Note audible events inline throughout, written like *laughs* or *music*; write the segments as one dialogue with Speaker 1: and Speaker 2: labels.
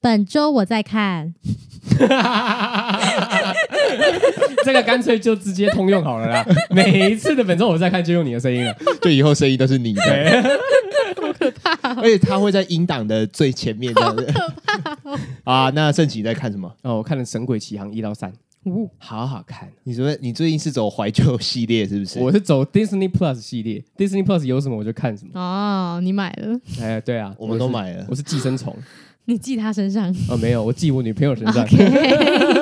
Speaker 1: 本周我在看，
Speaker 2: *laughs* 这个干脆就直接通用好了啦。每一次的本周我在看就用你的声音了，
Speaker 3: *laughs* 就以后声音都是你的，而且他会在音档的最前面这样子。 *laughs* 啊，那盛奇你在看什么？
Speaker 2: 哦，我看了《神鬼奇航》一到三，
Speaker 1: 哦
Speaker 2: 好好看。
Speaker 3: 你说你最近是走怀旧系列是不是？
Speaker 2: 我是走 Disney Plus 系列，Disney Plus 有什么我就看什么。
Speaker 1: 哦，你买了，
Speaker 2: 哎，对啊，
Speaker 3: *laughs* 我们都买了
Speaker 2: 我是。我是寄生虫
Speaker 1: 你记他身上。
Speaker 2: 哦，没有，我寄我女朋友身上。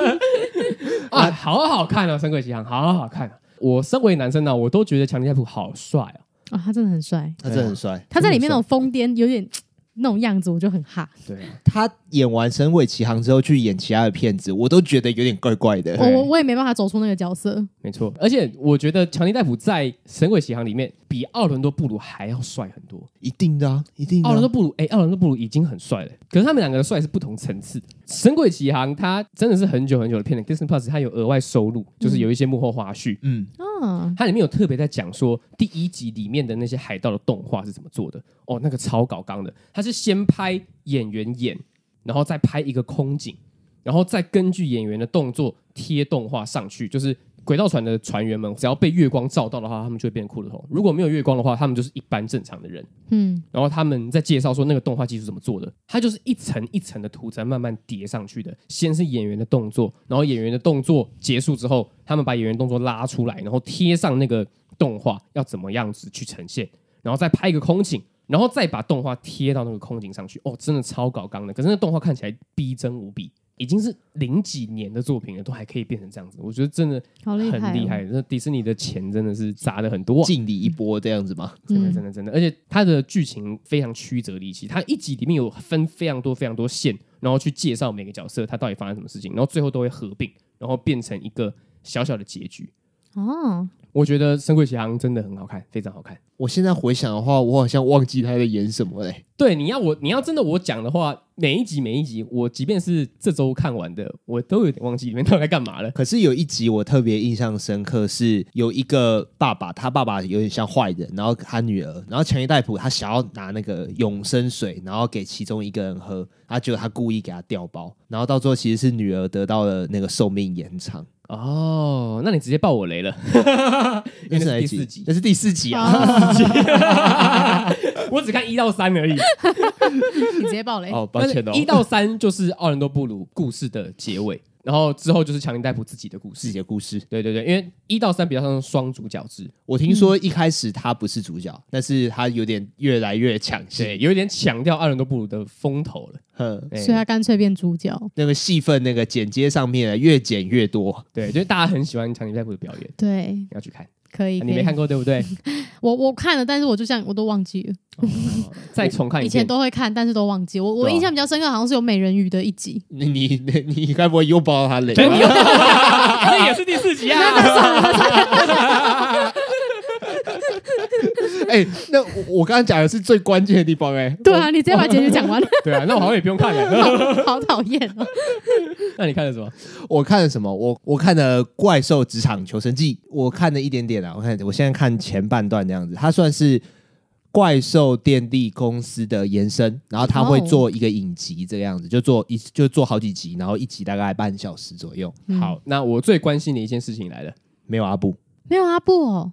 Speaker 2: *laughs* 啊，好好看哦，《神鬼奇航》好好看、啊。我身为男生呢、我都觉得强尼戴普好帅哦。
Speaker 1: 哦，他真的很帅，
Speaker 3: 他真的很帅，
Speaker 1: 他在里面那种疯癫，有点那种样子，我就很哈。
Speaker 2: 对啊，
Speaker 3: 他演完《神鬼奇航》之后去演其他的片子，我都觉得有点怪怪的。
Speaker 1: 我我我也没办法走出那个角色。
Speaker 2: 没错。而且我觉得强尼戴普在《神鬼奇航》里面比奥伦多布鲁还要帅很多。
Speaker 3: 一定的啊，一定的
Speaker 2: 奥
Speaker 3: 啊、
Speaker 2: 伦多布鲁，哎、奥伦多布鲁已经很帅了，可是他们两个的帅是不同层次。《神鬼奇航》它真的是很久很久的片了，Disney Plus 它有额外收录，就是有一些幕后花絮。
Speaker 3: 嗯，
Speaker 1: 嗯，
Speaker 2: 它里面有特别在讲说，第一集里面的那些海盗的动画是怎么做的哦，那个超搞纲的，它是先拍演员演，然后再拍一个空景，然后再根据演员的动作贴动画上去，就是轨道船的船员们只要被月光照到的话，他们就会变骷髅头；如果没有月光的话，他们就是一般正常的人。
Speaker 1: 嗯，
Speaker 2: 然后他们在介绍说那个动画技术怎么做的，它就是一层一层的图层慢慢叠上去的。先是演员的动作，然后演员的动作结束之后，他们把演员动作拉出来，然后贴上那个动画要怎么样子去呈现，然后再拍一个空景，然后再把动画贴到那个空景上去。哦，真的超搞纲的，可是那动画看起来逼真无比。已经是零几年的作品了，都还可以变成这样子，我觉得真的
Speaker 1: 好
Speaker 2: 很
Speaker 1: 厉
Speaker 2: 厉
Speaker 1: 害、哦
Speaker 2: 害。那迪士尼的钱真的是砸的很多啊、
Speaker 3: 敬礼一波这样子吗？
Speaker 2: 真的
Speaker 1: 嗯
Speaker 2: 真的真的，而且它的剧情非常曲折离奇，它一集里面有分非常多非常多线，然后去介绍每个角色他到底发生什么事情，然后最后都会合并，然后变成一个小小的结局。
Speaker 1: 哦，
Speaker 2: 我觉得《神鬼奇航》真的很好看，非常好看。
Speaker 3: 我现在回想的话，我好像忘记他在演什么嘞、
Speaker 2: 对，你要我你要真的我讲的话，每一集每一集，我即便是这周看完的，我都有点忘记里面到底在干嘛了。
Speaker 3: 可是有一集我特别印象深刻，是有一个爸爸，他爸爸有点像坏人，然后他女儿，然后强尼戴普他想要拿那个永生水，然后给其中一个人喝，他觉得他故意给他调包，然后到最后其实是女儿得到了那个寿命延长。
Speaker 2: 哦，那你直接爆我雷了，因为
Speaker 3: 那是哪
Speaker 2: 那是第
Speaker 3: 一集
Speaker 2: 四集，
Speaker 3: 那是第四集啊！
Speaker 2: 我只看一到三而已。
Speaker 1: 你直接爆雷，
Speaker 3: *laughs* 哦， *laughs* 抱歉哦，
Speaker 2: 一到三就是奥兰多布鲁故事的结尾，然后之后就是强尼戴普自己的故
Speaker 3: 自
Speaker 2: 事
Speaker 3: 己。的故事。
Speaker 2: 对对对，因为一到三比较像双主角制，
Speaker 3: 我听说一开始他不是主角，但是他有点越来越抢
Speaker 2: 对，
Speaker 3: 戏，
Speaker 2: 有一点抢掉奥兰多布鲁的风头了。
Speaker 3: 哼，
Speaker 2: 哎
Speaker 1: 所以他干脆变主角。
Speaker 3: 那个戏份那个剪接上面越剪越多。
Speaker 2: 对，就是大家很喜欢强尼戴普的表演，
Speaker 1: 对，
Speaker 2: 要去看。
Speaker 1: 可以，
Speaker 2: 啊
Speaker 1: 可
Speaker 2: 你没
Speaker 1: 以。
Speaker 2: 看过对
Speaker 1: *laughs*
Speaker 2: 不对？
Speaker 1: 我我看了，但是我就像我都忘记了，
Speaker 2: 哦再重看一
Speaker 1: 以前
Speaker 2: 遍。
Speaker 1: 都会看，但是都忘记。我我
Speaker 3: 对啊
Speaker 1: 印象比较深刻，好像是有美人鱼的一集，
Speaker 3: 你你你该不会又爆到他雷
Speaker 2: 啊 *laughs*
Speaker 3: 吧？
Speaker 2: 那也是第四集啊！
Speaker 3: *laughs* 哎、那我我刚刚讲的是最关键的地方、哎，
Speaker 1: 对啊，你直接把结局讲完，
Speaker 2: 对啊，那我好像也不用
Speaker 1: *laughs*
Speaker 2: 看了。
Speaker 1: 好讨厌哦。
Speaker 2: 那你看了什么？
Speaker 3: 我看了什么？我我看了《怪兽职场求生记》，我看了一点点啊，我看我现在看前半段这样子，它算是怪兽电力公司的延伸，然后它会
Speaker 1: 哦
Speaker 3: 做一个影集这个样子，就做一就做好几集，然后一集大概半小时左右。
Speaker 1: 嗯
Speaker 2: 好，那我最关心的一件事情来了。
Speaker 3: 没有阿布
Speaker 1: 没有阿布哦，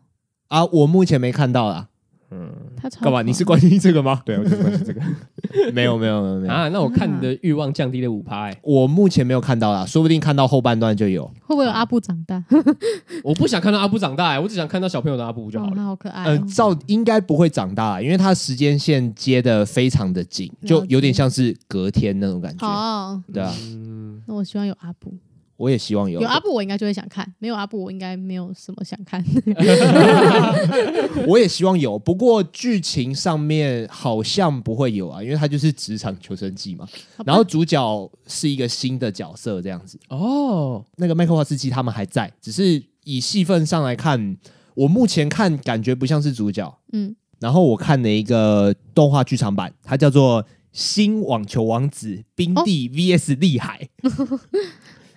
Speaker 3: 啊，我目前没看到啦。
Speaker 2: 嗯，
Speaker 1: 他超
Speaker 3: 干嘛？
Speaker 1: 狂
Speaker 3: 你是关心这个 *laughs* 吗？
Speaker 2: 对，我就是关心这个
Speaker 3: *laughs* 没有没有没有没有，
Speaker 2: 啊。那我看你
Speaker 1: 嗯
Speaker 2: 的欲望降低了五趴，哎，
Speaker 3: 我目前没有看到啦，说不定看到后半段就有。
Speaker 1: 会不会有阿布长大？
Speaker 2: 我不想看到阿布长大，哎我只想看到小朋友的阿布就好
Speaker 1: 哦，
Speaker 2: 了。
Speaker 1: 他好可爱
Speaker 3: 呃
Speaker 1: 哦。，
Speaker 3: 照应该不会长大，因为它时间线接的非常的紧，
Speaker 1: 了解
Speaker 3: 就有点像是隔天那种感觉。
Speaker 1: 哦，
Speaker 3: 对啊，
Speaker 2: 嗯，
Speaker 1: 那我希望有阿布，
Speaker 3: 我也希望有
Speaker 1: 有阿布我应该就会想看，没有阿布我应该没有什么想看。嗯
Speaker 3: 我也希望有。不过剧情上面好像不会有啊，因为它就是职场求生记嘛。
Speaker 1: *laughs* 好吧
Speaker 3: 然后主角是一个新的角色这样子，
Speaker 2: *laughs* 哦，
Speaker 3: 那个麦克华斯基他们还在，只是以戏份上来看，我目前看感觉不像是主角。
Speaker 1: 嗯，
Speaker 3: 然后我看了一个动画剧场版，它叫做《新网球王子冰帝 VS 厉海》。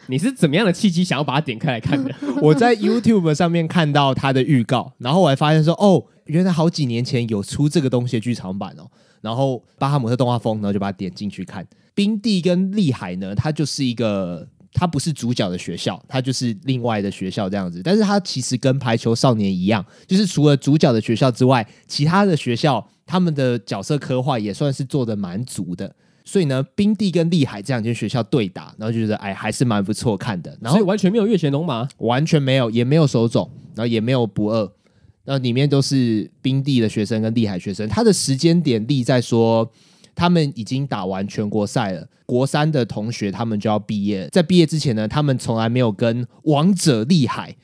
Speaker 2: 你是怎么样的契机想要把它点开来
Speaker 1: *laughs*
Speaker 2: 看的？
Speaker 3: 我在 YouTube 上面看到他的预告，然后我还发现说，哦，原来好几年前有出这个东西的剧场版哦。然后巴哈姆特动画风，然后就把它点进去看。冰帝跟厉海呢，它就是一个。它不是主角的学校，它就是另外的学校这样子。但是它其实跟排球少年一样，就是除了主角的学校之外，其他的学校他们的角色刻画也算是做的蛮足的。所以呢，冰帝跟厉海这两间学校对打，然后就觉得哎还是蛮不错看的。然
Speaker 2: 然后
Speaker 3: 后
Speaker 2: 完全没有月前龙马，
Speaker 3: 完全没有，也没有手冢，然后也没有不二，那里面都是冰帝的学生跟厉海学生。他的时间点立在说，他们已经打完全国赛了，国三的同学他们就要毕业了。在毕业之前呢，他们从来没有跟王者厉海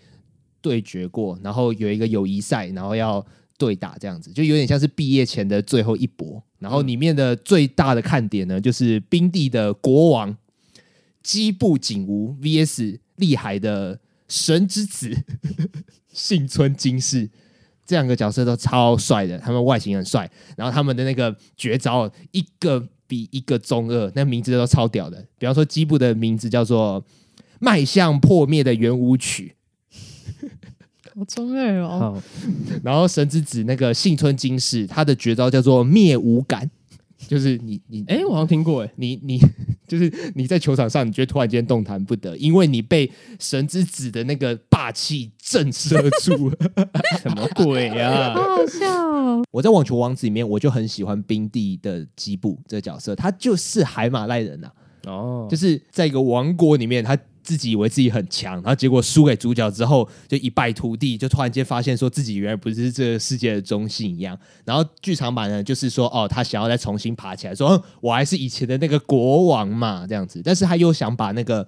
Speaker 3: 对决过，然后有一个友谊赛，然后要对打这样子，就有点像是毕业前的最后一搏。然后里面的最大的看点呢，就是冰帝的国王基布景吾 VS 厉海的神之子 *laughs* 幸村金世，这两个角色都超帅的，他们外形很帅，然后他们的那个绝招一个比一个中二，那名字都超屌的。比方说基布的名字叫做《迈向破灭的圆舞曲》，
Speaker 1: 好中二哦，
Speaker 2: 好，
Speaker 3: 然后神之子那个幸村金世，他的绝招叫做灭无感，就是你你
Speaker 2: 哎，我好像听过，哎，
Speaker 3: 你 *laughs* 你就是你在球场上，你就会突然间动弹不得，因为你被神之子的那个霸气震慑住了。
Speaker 2: 什么鬼啊呀 *laughs*
Speaker 1: 好？好笑哦，
Speaker 3: 我在网球王子里面，我就很喜欢冰帝的基布这个角色，他就是海马赖人啊，
Speaker 2: 哦，
Speaker 3: 就
Speaker 2: 就是
Speaker 3: 在一个王国里面，他自己以为自己很强，然后结果输给主角之后，就一败涂地，就突然间发现说自己原来不是这个世界的中心一样。然后剧场版呢，就是说哦，他想要再重新爬起来，说嗯我还是以前的那个国王嘛这样子，但是他又想把那个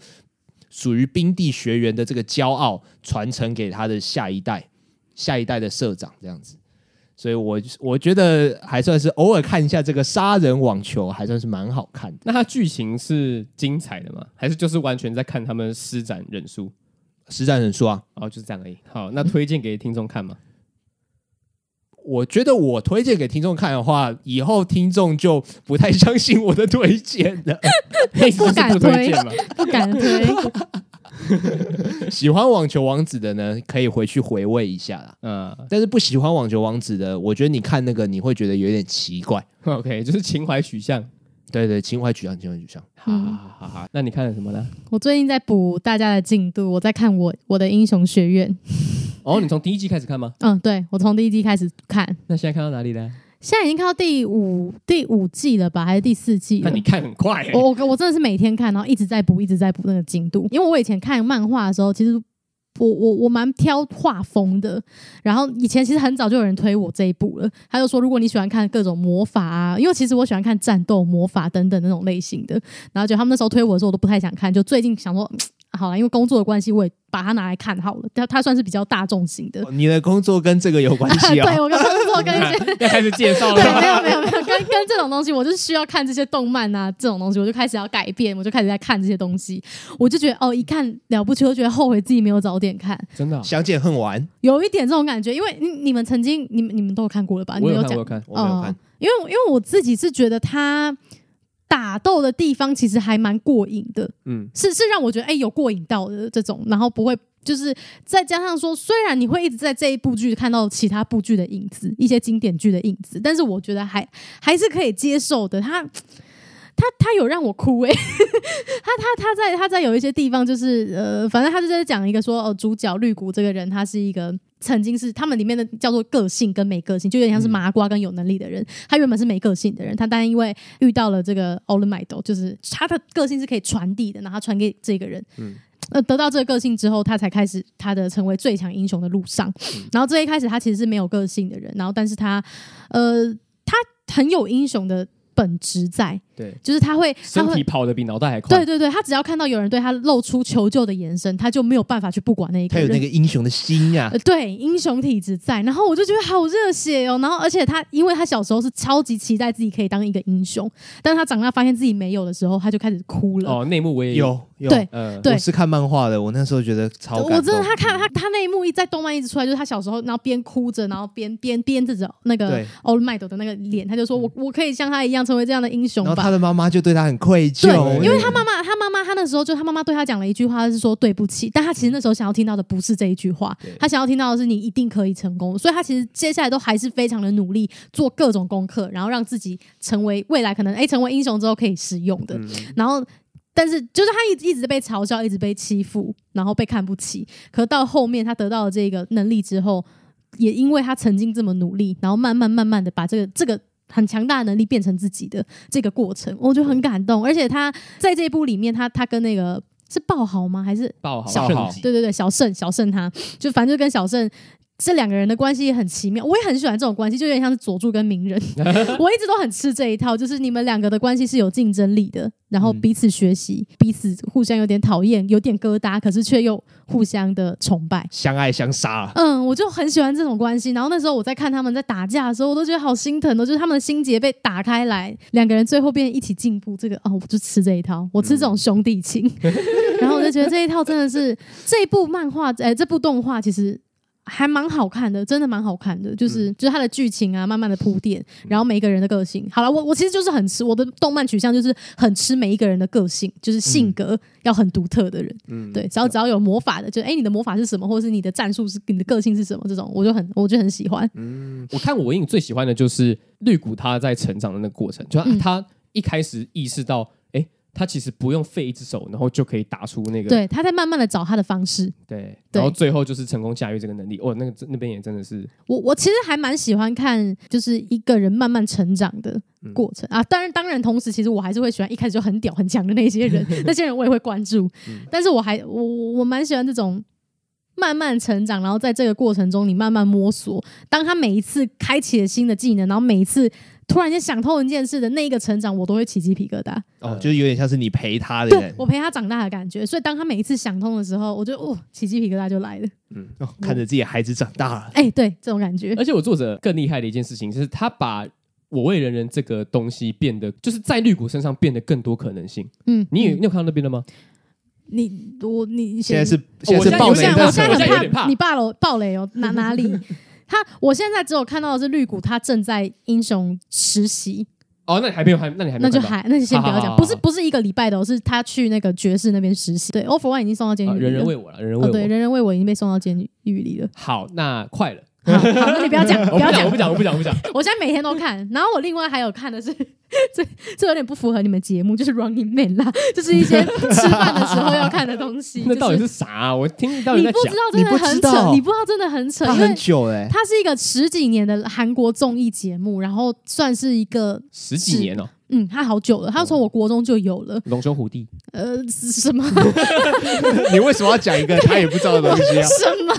Speaker 3: 属于冰帝学员的这个骄傲传承给他的下一代，下一代的社长这样子。所以我，我觉得还算是偶尔看一下这个杀人网球，还算是蛮好看的。
Speaker 2: 那它剧情是精彩的吗？还是就是完全在看他们施展忍术？
Speaker 3: 实战人说啊，
Speaker 2: 哦，就是这样而已。好，那推荐给听众看嘛。
Speaker 3: 我觉得我推荐给听众看的话，以后听众就不太相信我的推荐 *laughs* 了。
Speaker 2: 意思就是
Speaker 1: 敢
Speaker 2: *laughs* *laughs* 不推荐嘛？
Speaker 1: 不敢推，
Speaker 3: 喜欢网球王子的呢，可以回去回味一下啦。
Speaker 2: 嗯
Speaker 3: 但是不喜欢网球王子的，我觉得你看那个你会觉得有点奇怪。
Speaker 2: ，OK，就是情怀取向。
Speaker 3: 对对，情怀取向，情怀取 *laughs* 向。
Speaker 2: 好好好好好，那你看了什么呢？
Speaker 1: 我最近在补大家的进度，我在看我我的英雄学院。
Speaker 2: 哦，你从第一季开始看吗？
Speaker 1: 嗯，对我从第一季开始看，
Speaker 2: 那现在看到哪里呢？
Speaker 1: 现在已经看到第五第五季了吧，还是第四季
Speaker 2: 那
Speaker 1: 了
Speaker 2: 你？看很快欸，
Speaker 1: *laughs* 我我我真的是每天看，然后一直在补，一直在补那个进度。因为我以前看漫画的时候，其实我我我蛮挑画风的。然后以前其实很早就有人推我这一部了，他就说如果你喜欢看各种魔法啊，因为其实我喜欢看战斗、魔法等等那种类型的。然后就他们那时候推我的时候，我都不太想看，就最近想说。嗯好了，因为工作的关系，我也把它拿来看好了。它它算是比较大众型的，
Speaker 3: 哦你的工作跟这个有关系
Speaker 1: *laughs*
Speaker 3: *laughs* 啊、
Speaker 1: 对我跟工作跟一些
Speaker 2: 要开始介绍
Speaker 1: *laughs* 对，没
Speaker 2: 了。
Speaker 1: 有没有没有，跟跟这种东西，我就是需要看这些动漫啊，这种东西，我就开始要改变，我就开始在看这些东西，我就觉得哦，一看了不起，我就觉得后悔自己没有早点看，
Speaker 2: *laughs* 真的啊，
Speaker 3: 相见恨晚，
Speaker 1: 有一点这种感觉，因为你你们曾经，你们你们都有看过了吧？你
Speaker 2: 我
Speaker 1: 们
Speaker 2: 啊有看，我
Speaker 1: 讲
Speaker 2: 有，看。
Speaker 3: 我没有看。
Speaker 1: 哦因为因为我自己是觉得他打斗的地方其实还蛮过瘾的，
Speaker 2: 嗯，
Speaker 1: 是是让我觉得哎、有过瘾到的这种，然后不会就是再加上说，虽然你会一直在这一部剧看到其他部剧的影子，一些经典剧的影子，但是我觉得还还是可以接受的。他他 *laughs* 他有让我哭哎、他他他在他在有一些地方就是呃，反正他就在讲一个说哦，主角绿谷这个人，他是一个。曾经是他们里面的叫做个性跟没个性，就有点像是麻瓜跟有能力的人。他原本是没个性的人，他但因为遇到了这个 o l e m i d o 就是他的个性是可以传递的，然后他传给这个人。
Speaker 2: 嗯
Speaker 1: 呃，得到这个个性之后，他才开始他的成为最强英雄的路上。
Speaker 2: 嗯
Speaker 1: 然后这一开始他其实是没有个性的人，然后但是他，呃，他很有英雄的本质在，
Speaker 2: 对，
Speaker 1: 就是他会，他
Speaker 2: 身体
Speaker 1: 会，
Speaker 2: 跑得比脑袋还快
Speaker 1: 对。对对，他只要看到有人对他露出求救的眼神，他就没有办法去不管那一个
Speaker 3: 他
Speaker 1: 人。
Speaker 3: 有那个英雄的心啊
Speaker 1: 呃，，对，英雄体质在。然后我就觉得好热血哦。然后而且他，因为他小时候是超级期待自己可以当一个英雄，但是他长大发现自己没有的时候，他就开始哭了。
Speaker 2: 哦，内幕我也，
Speaker 3: 有有
Speaker 1: 对
Speaker 2: 呃，
Speaker 1: 对
Speaker 3: 我是看漫画的，我那时候觉得超感动。
Speaker 1: 我真的，他看他他那一幕一在动漫一直出来，就是他小时候，然后边哭着，然后边边边着着那个
Speaker 3: 对，嗯
Speaker 1: Old m i d 的那个脸，他就说我我可以像他一样成为这样的英雄
Speaker 3: 然后
Speaker 1: 吧
Speaker 3: 他。的妈妈就对他很愧
Speaker 1: 对
Speaker 3: 疚，，
Speaker 1: 因为他妈妈，他妈妈，他那时候就他妈妈对他讲了一句话，是说对不起。但他其实那时候想要听到的不是这一句话
Speaker 3: 对，
Speaker 1: 他想要听到的是你一定可以成功。所以他其实接下来都还是非常的努力，做各种功课，然后让自己成为未来可能哎成为英雄之后可以使用的。然后，但是就是他一直一直被嘲笑，一直被欺负，然后被看不起。可到后面他得到了这个能力之后，也因为他曾经这么努力，然后慢慢慢慢的把这个这个。很强大的能力变成自己的这个过程，我就很感动。而且他在这一部里面，他他跟那个是爆豪吗？还是
Speaker 2: 爆好
Speaker 3: 小
Speaker 2: 盛
Speaker 3: 好
Speaker 2: 极
Speaker 1: 对对对，小盛小盛他就反正就跟小盛这两个人的关系也很奇妙，我也很喜欢这种关系，就有点像是佐助跟鸣人， *laughs* 我一直都很吃这一套，就是你们两个的关系是有竞争力的，然后
Speaker 3: 嗯
Speaker 1: 彼此学习，彼此互相有点讨厌，有点疙瘩，可是却又互相的崇拜。
Speaker 3: 相爱相杀了。
Speaker 1: 嗯，我就很喜欢这种关系。然后那时候我在看他们在打架的时候，我都觉得好心疼哦，就是他们的心结被打开来，两个人最后变一起进步。这个哦，我就吃这一套，我吃这种兄弟情。 *laughs* 然后我就觉得这一套真的是这一部漫画，哎、这部动画其实。还蛮好看的，真的蛮好看的，就是、就是它的剧情啊，慢慢的铺垫，然后每一个人的个性。好了，我我其实就是很吃我的动漫取向，就是很吃每一个人的个性，就是性格要很独特的人。
Speaker 2: 嗯，
Speaker 1: 对，只要只要有魔法的，就哎、诶你的魔法是什么，或者是你的战术是你的个性是什么，这种我就很我就很喜欢。
Speaker 2: 我看我影最喜欢的就是绿谷他在成长的那个过程，就他,、
Speaker 1: 嗯
Speaker 2: 他一开始意识到，哎、他其实不用废一只手，然后就可以打出那个
Speaker 1: 对，他在慢慢的找他的方式。
Speaker 2: 对，
Speaker 1: 对
Speaker 2: 然后最后就是成功驾驭这个能力。哦，那个真那边也真的是
Speaker 1: 我我其实还蛮喜欢看，就是一个人慢慢成长的过程、啊。当然，当然，同时其实我还是会喜欢一开始就很屌很 *laughs* 强的那些人，那些人我也会关注。但是我还我我我蛮喜欢这种慢慢成长，然后在这个过程中你慢慢摸索。当他每一次开启了新的技能，然后每一次突然间想透一件事的那一个成长，我都会起鸡皮疙瘩。
Speaker 3: 哦，
Speaker 2: 嗯
Speaker 3: 就是有点像是你陪他的
Speaker 1: 对
Speaker 3: 人，
Speaker 1: 我陪他长大的感觉。所以当他每一次想通的时候，我就哦，起鸡皮疙瘩就来了。
Speaker 3: 哦看着自己的孩子长大了。
Speaker 1: 哎、对，这种感觉。
Speaker 2: 而且我作者更厉害的一件事情，就是他把我为人人这个东西变得，就是在绿谷身上变得更多可能性。
Speaker 1: 嗯，
Speaker 2: 你有
Speaker 1: 嗯
Speaker 2: 你有看到那边了吗？
Speaker 1: 你我你
Speaker 3: 现在是
Speaker 2: 我现
Speaker 3: 现在是
Speaker 2: 在
Speaker 3: 暴
Speaker 1: 哦我
Speaker 3: 雷
Speaker 1: 现在
Speaker 3: 大
Speaker 1: 我现
Speaker 3: 神
Speaker 2: 我
Speaker 1: 在
Speaker 2: 现在有
Speaker 1: 很
Speaker 2: 点
Speaker 1: 怕
Speaker 2: 怕
Speaker 1: 你霸楼暴雷哦，哪哪里？他我现在只有看到的是绿谷，他正在英雄实习，
Speaker 2: 哦，那你还没有，还那你还
Speaker 1: 那
Speaker 2: 没有
Speaker 1: 就
Speaker 2: 看到。
Speaker 1: 还那就先不要
Speaker 2: 好
Speaker 1: 讲，
Speaker 2: 好
Speaker 1: 不是
Speaker 2: 好
Speaker 1: 不是一个礼拜的、哦，是他去那个爵士那边实习。对，offer one 已经送到监狱
Speaker 2: 啊
Speaker 1: 里了、
Speaker 2: 人人为我了，人人为
Speaker 1: 哦，
Speaker 2: 我。
Speaker 1: 对，人人为我已经被送到监狱里
Speaker 2: *laughs*
Speaker 1: 了。
Speaker 2: 好，那快了，
Speaker 1: 好，好那你不要讲，
Speaker 2: 我
Speaker 1: 不
Speaker 2: 不
Speaker 1: 要
Speaker 2: 讲，
Speaker 1: 讲
Speaker 2: 我不，讲，我不讲，我不讲。
Speaker 1: 我现在每天都看，然后我另外还有看的是， *laughs* 这这有点不符合你们节目，就是 Running Man 啦，就是一些吃饭的时候要看的东西。
Speaker 2: *laughs* 那到底
Speaker 1: *laughs* 就是
Speaker 2: 啥啊？我听你到底
Speaker 1: 你
Speaker 2: 在
Speaker 1: 不知
Speaker 2: 讲。
Speaker 1: 道，真的
Speaker 3: 你不
Speaker 1: 很
Speaker 3: 知道
Speaker 1: 扯，你不知道真的很扯，
Speaker 3: 他
Speaker 1: 因为
Speaker 3: 很久欸嘞，
Speaker 1: 它是一个十几年的韩国综艺节目，然后算是一个。
Speaker 2: 十几年哦，
Speaker 1: 嗯，它好久了，它从我国中就有了。
Speaker 2: 龙兄虎弟，
Speaker 1: 呃，是什么
Speaker 3: 你为什么要讲一个他也不知道
Speaker 1: *laughs*
Speaker 3: 的东西啊？
Speaker 1: 什么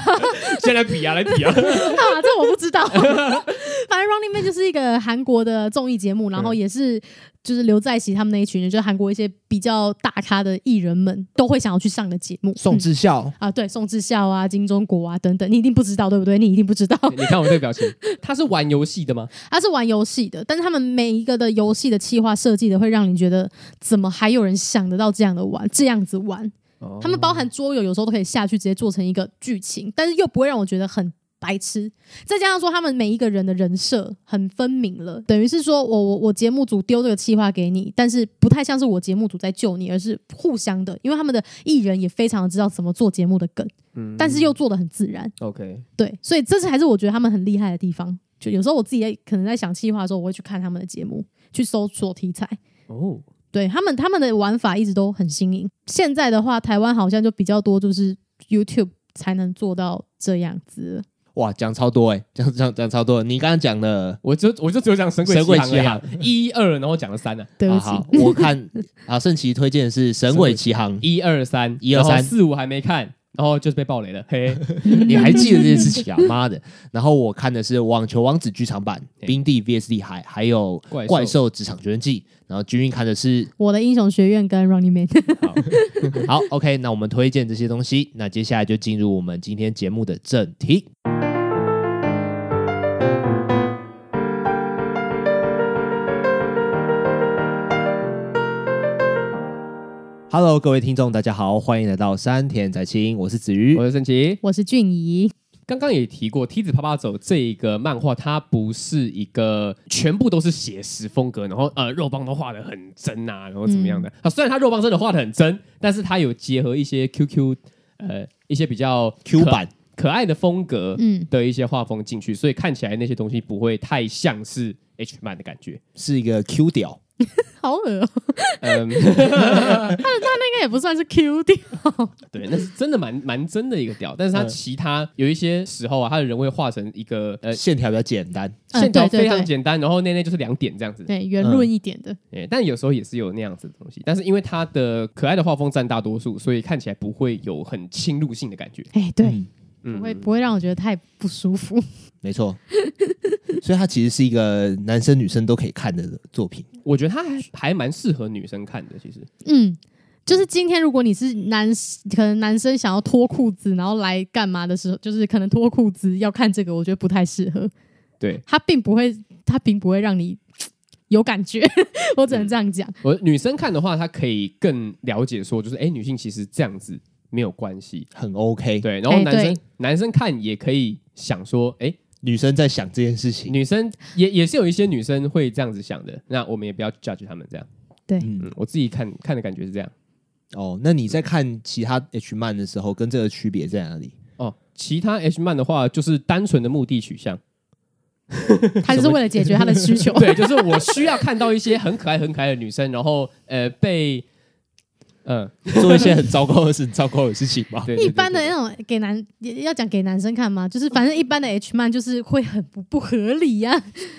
Speaker 2: 现在来比啊，来比啊！
Speaker 1: 啊？ *laughs* 这我不知道。反正《Running Man》就是一个韩国的综艺节目，然后也是就是刘在熙他们那一群人，就是韩国一些比较大咖的艺人们都会想要去上的节目。
Speaker 3: 宋
Speaker 1: 嗯
Speaker 3: 智孝，
Speaker 1: 啊，对，宋智孝啊，金钟国啊等等，你一定不知道对不对？你一定不知道。
Speaker 2: 你看我这个表情，哦 *laughs* 他是玩游戏的吗？
Speaker 1: 他是玩游戏的，但是他们每一个的游戏的企划设计的，会让你觉得怎么还有人想得到这样的玩，这样子玩。他们包含桌游，有时候都可以下去直接做成一个剧情，但是又不会让我觉得很白痴。再加上说，他们每一个人的人设很分明了，等于是说我我我节目组丢这个企划给你，但是不太像是我节目组在救你，而是互相的，因为他们的艺人也非常知道怎么做节目的梗，
Speaker 2: 嗯
Speaker 1: 但是又做的很自然。
Speaker 2: OK，
Speaker 1: 对，所以这是还是我觉得他们很厉害的地方。就有时候我自己在可能在想计划的时候，我会去看他们的节目，去搜索题材。
Speaker 2: 哦，
Speaker 1: 对他们，他们的玩法一直都很新颖。现在的话，台湾好像就比较多，就是 YouTube 才能做到这样子。
Speaker 3: 哇，讲超多哎，讲讲讲超多。你刚刚讲的，
Speaker 2: 我就我就只有讲神鬼
Speaker 3: 神鬼
Speaker 2: 奇
Speaker 3: 奇
Speaker 2: 航而已啊 *laughs* 一二，然后讲了三呢，
Speaker 1: 对不
Speaker 3: 啊
Speaker 1: 起，
Speaker 3: 好，我看 *laughs* 啊，圣奇推荐的是《神鬼奇航》，
Speaker 2: 嗯一二三，
Speaker 3: 一二三
Speaker 2: 然后四五还没看，然后就是被暴雷了，嘿，
Speaker 3: 你还记得这件事情啊？ *laughs* 妈的！然后我看的是《网球王子》剧场版《
Speaker 2: 对
Speaker 3: 冰地 VS 厉害》，还有
Speaker 2: 怪
Speaker 3: 《
Speaker 2: 兽
Speaker 3: 怪兽职场学院记》。然后君君看的是
Speaker 1: *laughs* 我的英雄学院跟 Running Man， *laughs*
Speaker 3: 好 OK，那我们推荐这些东西，那接下来就进入我们今天节目的正题。Hello，各位听众，大家好，欢迎来到山田宅青，我是子瑜
Speaker 2: *laughs* 我。是圣奇。
Speaker 1: 我是俊怡。
Speaker 2: 刚刚也提过，《梯子啪啪走》这一个漫画，它不是一个全部都是写实风格，然后呃肉棒都画的很真啊，然后怎么样的？啊，虽然它肉棒真的画的很真，但是它有结合一些 QQ 呃一些比较
Speaker 3: Q
Speaker 2: 可
Speaker 3: 版
Speaker 2: 可爱的风格
Speaker 1: 嗯
Speaker 2: 的一些画风进去，所以看起来那些东西不会太像是 H man 的感觉。
Speaker 3: 是一个 Q 屌，
Speaker 1: *laughs* 好恶、哦， *laughs*
Speaker 2: 嗯，
Speaker 1: 那应该也不算是 Q 掉，
Speaker 2: 对，
Speaker 1: *laughs*
Speaker 2: 那是真的蛮蛮真的一个屌，但是它
Speaker 3: 嗯
Speaker 2: 其他有一些时候啊，它的人会画成一个呃
Speaker 3: 线条比较简单，
Speaker 1: 嗯
Speaker 2: 线条
Speaker 1: 对对
Speaker 2: 非常
Speaker 1: 对
Speaker 2: 简单，然后内内就是两点这样子。
Speaker 1: 对，圆润一点的，
Speaker 2: 哎，但有时候也是有那样子的东西，但是因为它的可爱的画风占大多数，所以看起来不会有很侵入性的感觉。
Speaker 1: 哎、对，
Speaker 3: 嗯
Speaker 2: 嗯
Speaker 1: 不会不会让我觉得太不舒服。
Speaker 3: 没错。 *laughs* 所以它其实是一个男生女生都可以看的作品。
Speaker 2: 我觉得它还还蛮适合女生看的，其实。
Speaker 1: 嗯，就是今天如果你是男，可能男生想要脱裤子然后来干嘛的时候，就是可能脱裤子要看这个，我觉得不太适合。
Speaker 2: 对
Speaker 1: 它并不会，它并不会让你有感觉， *laughs* 我只能这样讲。
Speaker 2: 我女生看的话，她可以更了解说，就是哎，诶女性其实这样子没有关系。
Speaker 3: 很 OK，
Speaker 2: 对，然后
Speaker 1: 哎
Speaker 2: 男生、
Speaker 1: 对
Speaker 2: 男生看也可以想说，哎，
Speaker 3: 女生在想这件事情，
Speaker 2: 女生也也是有一些女生会这样子想的，那我们也不要 judge 他们这样。
Speaker 1: 对
Speaker 2: 嗯，我自己看看的感觉是这样。
Speaker 3: 哦，那你
Speaker 2: 嗯
Speaker 3: 在看其他 H 漫的时候，跟这个区别在哪里？ *laughs*
Speaker 2: 哦，其他 H 漫的话就是单纯的目的取向，
Speaker 1: 他就是为了解决他的需求。
Speaker 2: 对，就是我需要看到一些很可爱、很可爱的女生，然后呃被，嗯、
Speaker 3: 做一些很糟糕的事、糟糕的事情吗？
Speaker 2: 对，对
Speaker 1: 一般的
Speaker 2: 对
Speaker 1: 那
Speaker 2: 对
Speaker 1: 种给男也要讲给男生看吗？就是反正一般的 H man 就是会很不不合理呀、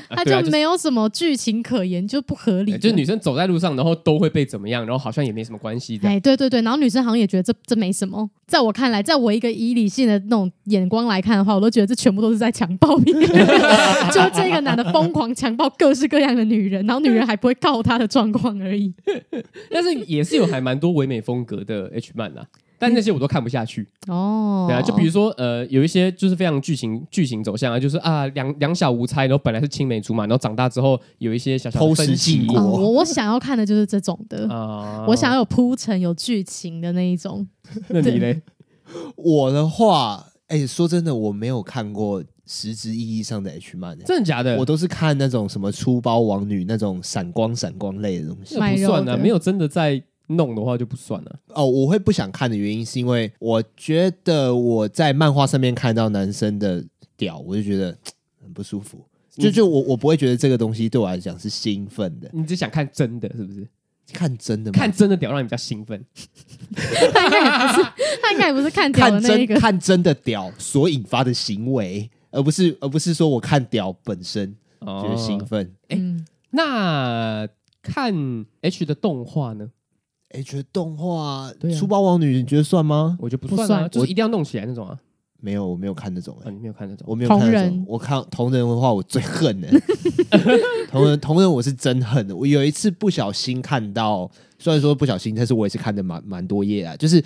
Speaker 2: 啊
Speaker 1: 他
Speaker 2: 对啊
Speaker 1: 就
Speaker 2: 就是
Speaker 1: 没有什么剧情可言，就不合理啊
Speaker 2: 呃
Speaker 1: 了。
Speaker 2: 就是女生走在路上，然后都会被怎么样，然后好像也没什么关系这样。
Speaker 1: 哎，对对对，然后女生好像也觉得这这没什么。在我看来，在我一个以理性的那种眼光来看的话，我都觉得这全部都是在强暴别
Speaker 3: *laughs*
Speaker 1: 人，就这个男的疯狂强暴各式各样的女人，然后女人还不会告他的状况而已。
Speaker 2: 但是也是有还蛮多唯美风格的 H 漫啦、但那些我都看不下去。
Speaker 1: 哦，
Speaker 2: 对啊，就比如说呃，有一些就是非常剧情剧情走向啊，就是啊两两小无猜，然后本来是青梅竹马，然后长大之后有一些小小的
Speaker 3: 偷食
Speaker 2: 分歧
Speaker 3: 禁果
Speaker 1: 嗯我我想要看的就是这种的，
Speaker 2: 啊
Speaker 1: 我想要有铺陈、有剧情的那一种。
Speaker 2: 那你嘞？
Speaker 3: 我的话，哎、说真的，我没有看过实质意义上的 H 漫、欸，
Speaker 2: 真的假的？
Speaker 3: 我都是看那种什么粗包王女那种闪光闪光类的东西。
Speaker 2: 这
Speaker 1: 卖
Speaker 2: 不算啊，
Speaker 1: 肉的
Speaker 2: 没有真的在弄的话就不算了、
Speaker 3: 哦，我会不想看的原因是因为我觉得我在漫画上面看到男生的屌，我就觉得嘖很不舒服。就就我我不会觉得这个东西对我来讲是兴奋的，
Speaker 2: 你只想看真的，是不是？
Speaker 3: 看真的吗？
Speaker 2: 看真的屌让你比较兴奋。
Speaker 1: 他应该也不是，他应该也不是 *laughs* 看屌的
Speaker 3: 看
Speaker 1: 那
Speaker 3: 真
Speaker 1: 一个。
Speaker 3: 看真的屌所引发的行为，而不是而不是说我看屌本身
Speaker 2: 哦
Speaker 3: 觉得兴奋。
Speaker 2: 哎
Speaker 1: 嗯，
Speaker 2: 那看 H 的动画呢？
Speaker 3: 哎，觉得动画
Speaker 2: 对啊
Speaker 3: 《粗包王女》你觉得算吗？
Speaker 2: 我就不
Speaker 1: 不
Speaker 2: 算啊，
Speaker 1: 算
Speaker 2: 就是一定要弄起来那种啊。
Speaker 3: 没有，我没有看那种、
Speaker 2: 啊，
Speaker 3: 哎，
Speaker 2: 你没有看那种？
Speaker 3: 我没有看那
Speaker 1: 同
Speaker 3: 种
Speaker 1: 人。
Speaker 3: 我看同人文化，我最恨的、 *laughs* 同人同人，我是真恨的。我有一次不小心看到，虽然说不小心，但是我也是看的蛮蛮多页啊，就是。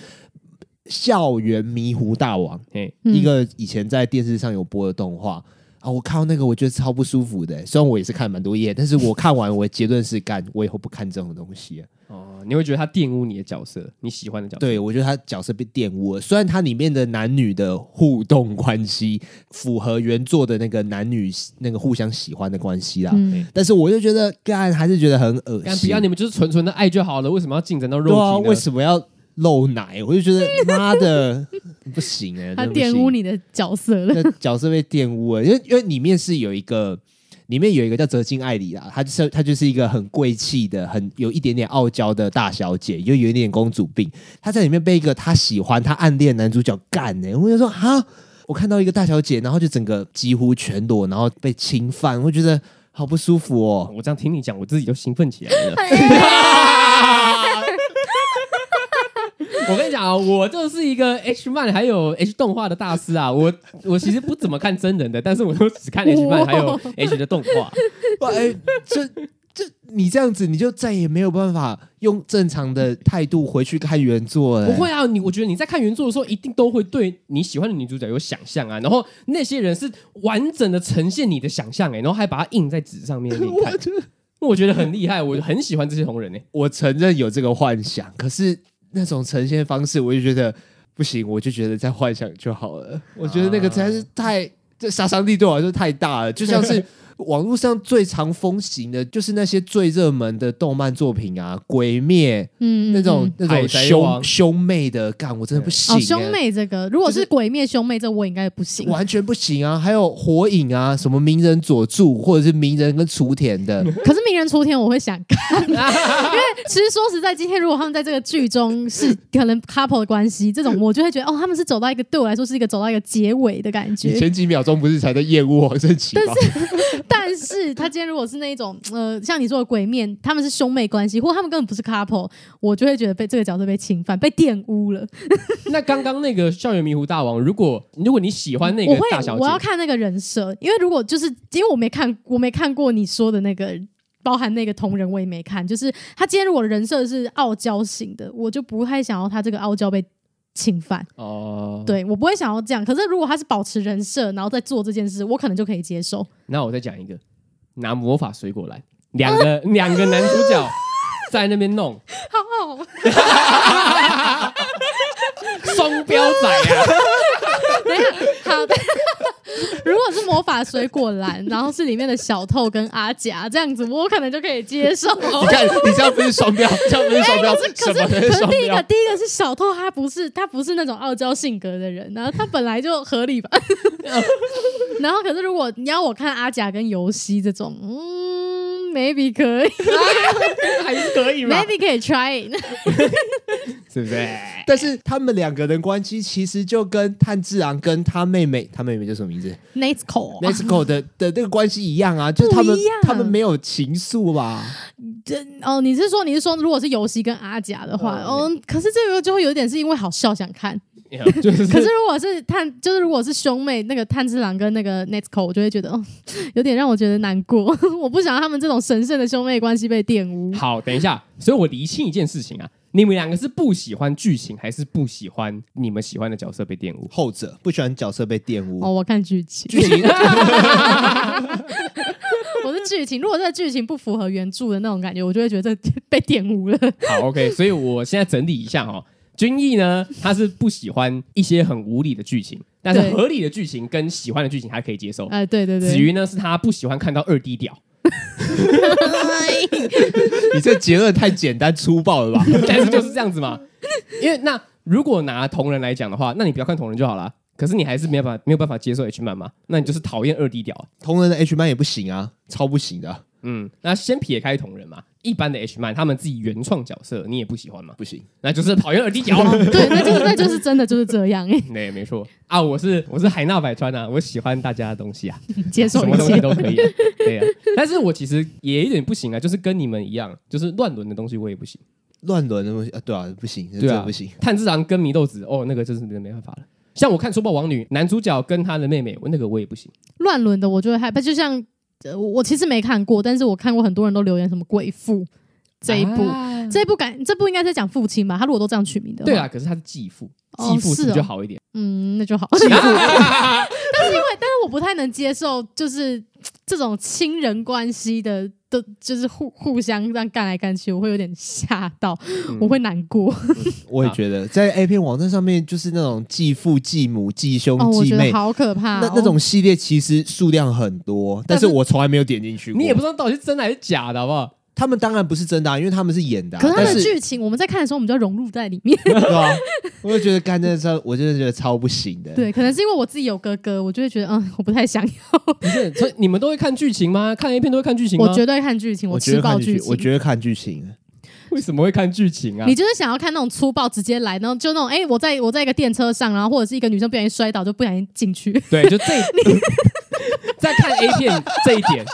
Speaker 3: 校园迷糊大王，
Speaker 2: 哎，
Speaker 1: 嗯
Speaker 3: 一个以前在电视上有播的动画啊，我看到那个我觉得超不舒服的、虽然我也是看蛮多页，但是我看完我的结论是，干我以后不看这种东西了。
Speaker 2: 哦，你会觉得他玷污你的角色，你喜欢的角色。
Speaker 3: 对我觉得他角色被玷污了，虽然它里面的男女的互动关系符合原作的那个男女那个互相喜欢的关系啦，
Speaker 1: 嗯
Speaker 3: 但是我就觉得干还是觉得很恶
Speaker 2: 干，不
Speaker 3: 心。
Speaker 2: 要你们就是纯纯的爱就好了，为什么要进展到肉
Speaker 3: 对
Speaker 2: 体
Speaker 3: 啊，
Speaker 2: 呢？
Speaker 3: 为什么要露奶？我就觉得妈的 *laughs* 不行哎、
Speaker 1: 他
Speaker 3: 真的不行
Speaker 1: 玷污你的角色了。
Speaker 3: 那角色被玷污了，因为因为里面是有一个，里面有一个叫泽金爱里啦，她就是她就是一个很贵气的，很有一点点傲娇的大小姐，就有一点公主病。她在里面被一个她喜欢、她暗恋的男主角干呢、欸我就说哈，我看到一个大小姐，然后就整个几乎全裸，然后被侵犯，我觉得好不舒服哦。
Speaker 2: 我这样听你讲，我自己都兴奋起来了。 *laughs* 我跟你讲啊，我就是一个 H 漫还有 H 动画的大师啊！我我其实不怎么看真人的，但是我都只看 H 漫还有 H 的动
Speaker 3: *laughs*
Speaker 2: 画。
Speaker 3: 哇哎，这这你这样子，你就再也没有办法用正常的态度回去看原作了、
Speaker 2: 不会啊，你我觉得你在看原作的时候，一定都会对你喜欢的女主角有想象啊。然后那些人是完整的呈现你的想象哎、然后还把它印在纸上面给你看
Speaker 3: *laughs* 我，觉得
Speaker 2: 我觉得很厉害，我很喜欢这些红人哎、
Speaker 3: 我承认有这个幻想，可是那种呈现方式，我就觉得不行，我就觉得在幻想就好了。我觉得那个才是太这杀伤力对我来说太大了，就像
Speaker 1: *laughs*
Speaker 3: 是网络上最常风行的，就是那些最热门的动漫作品啊，《鬼灭》
Speaker 1: 嗯，嗯
Speaker 3: 那种
Speaker 1: 嗯
Speaker 3: 那
Speaker 2: 海
Speaker 3: 种
Speaker 2: 贼
Speaker 3: 兄
Speaker 2: 王
Speaker 3: 兄妹的，干我真的不行、
Speaker 1: 哦，
Speaker 3: 欸。
Speaker 1: 兄妹这个，如果
Speaker 3: 就是
Speaker 1: 是鬼灭兄妹，这我应该不行。
Speaker 3: 完全不行啊！还有火影啊，什么鸣人佐助，或者是鸣人跟雏田
Speaker 1: *laughs*
Speaker 3: 的，
Speaker 1: 可是《名人出天》我会想看，因为其实说实在，今天如果他们在这个剧中是可能 couple 的关系，这种我就会觉得哦，他们是走到一个对我来说是一个走到一个结尾的感
Speaker 3: 你 *laughs*
Speaker 1: 觉。
Speaker 3: 前几秒钟不是才在厌恶王胜奇吗？
Speaker 1: 但是他今天如果是那一种呃，像你说的鬼面，他们是兄妹关系，或他们根本不是 couple，我就会觉得被这个角色被侵犯、被玷污了。
Speaker 2: 那刚刚那个校园迷糊大王，如果如果你喜欢那
Speaker 1: 我
Speaker 2: 个
Speaker 1: 会
Speaker 2: 大小姐
Speaker 1: 我，要看那个人设，因为如果就是因为我没看，我没看过你说的那个。包含那个同人我也没看，就是他今天如果人设是傲娇型的，我就不太想要他这个傲娇被侵犯，
Speaker 2: 哦，，
Speaker 1: 对我不会想要这样。可是如果他是保持人设，然后再做这件事，我可能就可以接受。
Speaker 2: 那我再讲一个，拿魔法水果来，两个 *laughs* 两个男主角在那
Speaker 1: *laughs*
Speaker 2: 边弄
Speaker 1: 好哦好，
Speaker 2: 双标仔啊， *laughs*
Speaker 1: 好的， *laughs* 如果是魔法水果篮，然后是里面的小透跟阿甲这样子，我可能就可以接受。 *laughs*
Speaker 3: 你看，你这样不是双标，这样不是双标，
Speaker 1: 可
Speaker 3: 什么
Speaker 1: 哦哎是，
Speaker 3: 都
Speaker 1: 可是
Speaker 3: 双
Speaker 1: 第一
Speaker 3: 标
Speaker 1: 个，。第一个是小透，他不是他不是那种傲娇性格的人，然后他本来就合理吧。 *laughs* 然后，可是如果你要我看阿甲跟尤西这种，嗯，maybe 可
Speaker 3: *laughs*
Speaker 1: 以
Speaker 2: 还是可以嘛，
Speaker 1: ，maybe 可以 try it。 *laughs*
Speaker 2: 是不是？
Speaker 3: 但是他们两个人关系其实就跟炭治郎跟他妹妹，他妹妹叫什么名字
Speaker 1: n a t c o
Speaker 3: n e t s c o 的的那个关系一样啊，就是他们
Speaker 1: 不一样
Speaker 3: 他们没有情愫啊吧？
Speaker 1: 哦，你是说你是说如果是尤西跟阿甲的话，哦，可是这个就会有点是因为好笑想看。 *laughs*
Speaker 2: 就是
Speaker 1: 可是如果是炭，就是如果是兄妹那个炭治郎跟那个 Netco，我就会觉得哦， *laughs* 有点让我觉得难过。 *laughs* 我不想让他们这种神圣的兄妹关系被玷污。
Speaker 2: 好，等一下，所以我厘清一件事情啊，你们两个是不喜欢剧情，还是不喜欢你们喜欢的角色被
Speaker 1: *laughs*
Speaker 2: 玷污？
Speaker 3: 后者不喜欢角色被玷污
Speaker 1: 哦，我看剧情，
Speaker 3: 剧情
Speaker 1: 我是剧情。如果这个剧情不符合原著的那种感觉，我就会觉得这被玷污了。
Speaker 2: 好，OK，所以我现在整理一下哦，君毅呢，他是不喜欢一些很无理的剧情，但是
Speaker 1: 对
Speaker 2: 合理的剧情跟喜欢的剧情还可以接受。
Speaker 1: 哎、对对
Speaker 2: 哦子
Speaker 1: 对，
Speaker 2: 瑜呢，是他不喜欢看到二 D 屌， *laughs*
Speaker 3: 你这结论太简单粗暴了吧？ *laughs*
Speaker 2: 但是就是这样子嘛。因为那如果拿同人来讲的话，那你不要看同人就好啦。可是你还是没有办法没有办法接受 H 漫嘛，那你就是讨厌二 D 屌啊、
Speaker 3: 同人的 H 漫也不行啊，超不行的啊，
Speaker 2: 嗯，那先撇开同人嘛，一般的 H 漫他们自己原创角色你也不喜欢嘛，
Speaker 3: 不行。
Speaker 2: 那就是讨厌二 D 屌。
Speaker 1: *laughs* *laughs* 对，那就是那就是真的就是这样哎、
Speaker 2: 对，没错啊，我是我是海纳百川啊，我喜欢大家的东西啊。
Speaker 1: 接受
Speaker 2: 什
Speaker 1: 一
Speaker 2: 么东西
Speaker 1: 切。
Speaker 2: 都可以，对呀、但是我其实也有点不行啊，就是跟你们一样，就是乱伦的东西我也不行。
Speaker 3: 乱伦的东西啊，对啊，不行，
Speaker 2: 对
Speaker 3: 真
Speaker 2: 啊，
Speaker 3: 的不行。。
Speaker 2: 炭治郎跟祢豆子，哦，那个就是真的没办法了。像我看《粗暴王女》，男主角跟他的妹妹，我那个我也不行。
Speaker 1: 乱伦的我就会害怕，就像、呃、我我其实没看过，但是我看过很多人都留言什么鬼父这一部。
Speaker 2: 啊
Speaker 1: 这一部感，这部应该在讲父亲吧？他如果都这样取名的，
Speaker 2: 对啊，，可是他是继父，
Speaker 1: 哦
Speaker 2: 继父是不
Speaker 1: 是
Speaker 2: 是
Speaker 1: 哦
Speaker 2: 就好一点？ *laughs*
Speaker 1: 嗯，那就好。但是因为，但是我不太能接受，就是这种亲人关系的，都就是互互相这样干来干去，我会有点吓到，
Speaker 3: 嗯
Speaker 1: 我会难过。
Speaker 3: 我也觉得，在 A 片网站上面，就是那种继父、继母、继兄
Speaker 1: 哦，、我
Speaker 3: 继
Speaker 1: 觉
Speaker 3: 妹
Speaker 1: 得，好可怕、哦。
Speaker 3: 那那种系列其实数量很多，但
Speaker 1: 但
Speaker 3: 是
Speaker 1: 是
Speaker 3: 我从来没有点进去过。
Speaker 2: 你也不知道到底是真的还是假的，好不好？
Speaker 3: 他们当然不是真的、啊，因为他们是演的、啊。
Speaker 1: 可是它
Speaker 3: 但
Speaker 1: 的
Speaker 3: 是
Speaker 1: 剧情，我们在看的时候，我们就要融入在里面。
Speaker 3: *laughs* 对啊， *laughs* 我就觉得干这超，我真的觉得超不行的。，
Speaker 1: 对，可能是因为我自己有哥哥，我就会觉得，嗯，我不太想要。
Speaker 3: *laughs*
Speaker 2: 不是，所以你们都会看剧情吗？看 A 片都会看剧情吗？
Speaker 1: 我绝对看剧情，
Speaker 3: 我觉
Speaker 1: 吃
Speaker 3: 得
Speaker 1: 爆
Speaker 3: 看
Speaker 1: 剧
Speaker 3: 剧
Speaker 1: 情。
Speaker 3: 我觉得看剧情。
Speaker 2: 为什么会看剧情啊
Speaker 1: 你？就是想要看那种粗暴直接来，然后就那种哎、我在我在一个电车上，然后或者是一个女生不小心摔倒，就不小心进去， *laughs*
Speaker 2: 对，就这， *laughs* 在看 A 片这一点，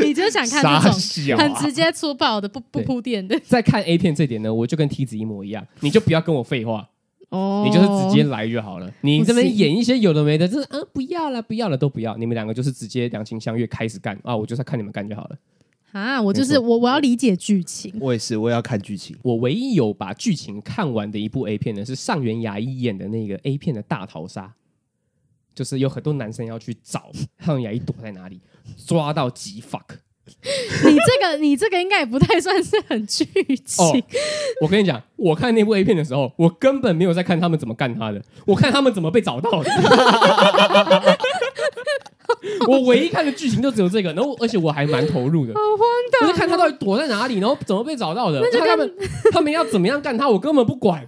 Speaker 1: 你就是想看
Speaker 3: 傻
Speaker 1: 这种
Speaker 3: 小啊
Speaker 1: 很直接粗暴的，不不
Speaker 2: 对
Speaker 1: 铺垫的。
Speaker 2: 在看 A 片这点呢，我就跟梯子一模一样，你就不要跟我废话，
Speaker 1: 哦
Speaker 2: 你就是直接来就好了。你这
Speaker 1: 不
Speaker 2: 边
Speaker 1: 行
Speaker 2: 演一些有的没的，就是啊不要了，不要了，都不要。你们两个就是直接两情相悦开始干啊，我就是要看你们干就好了。
Speaker 1: 啊，我就
Speaker 2: 没
Speaker 1: 是我，我要理解剧
Speaker 3: *laughs*
Speaker 1: 情。
Speaker 3: 我也是，我也要看剧情。
Speaker 2: 我唯一有把剧情看完的一部 A 片呢，是上原雅一演的那个 A 片的大逃杀，就是有很多男生要去找上原雅一躲在哪里，抓到即 fuck，
Speaker 1: 你这个你这个应该也不太算是很剧情，
Speaker 2: 哦，我跟你讲，我看那部 A 片的时候，我根本没有在看他们怎么干他的，我看他们怎么被找到的。 *laughs* 我唯一看的剧情就只有这个，然后而且我还蛮投入的，
Speaker 1: 好荒唐
Speaker 2: 我就
Speaker 1: 哦。
Speaker 2: 看他到底躲在哪里，然后怎么被找到的。看他们他们要怎么样干他，我根本不管。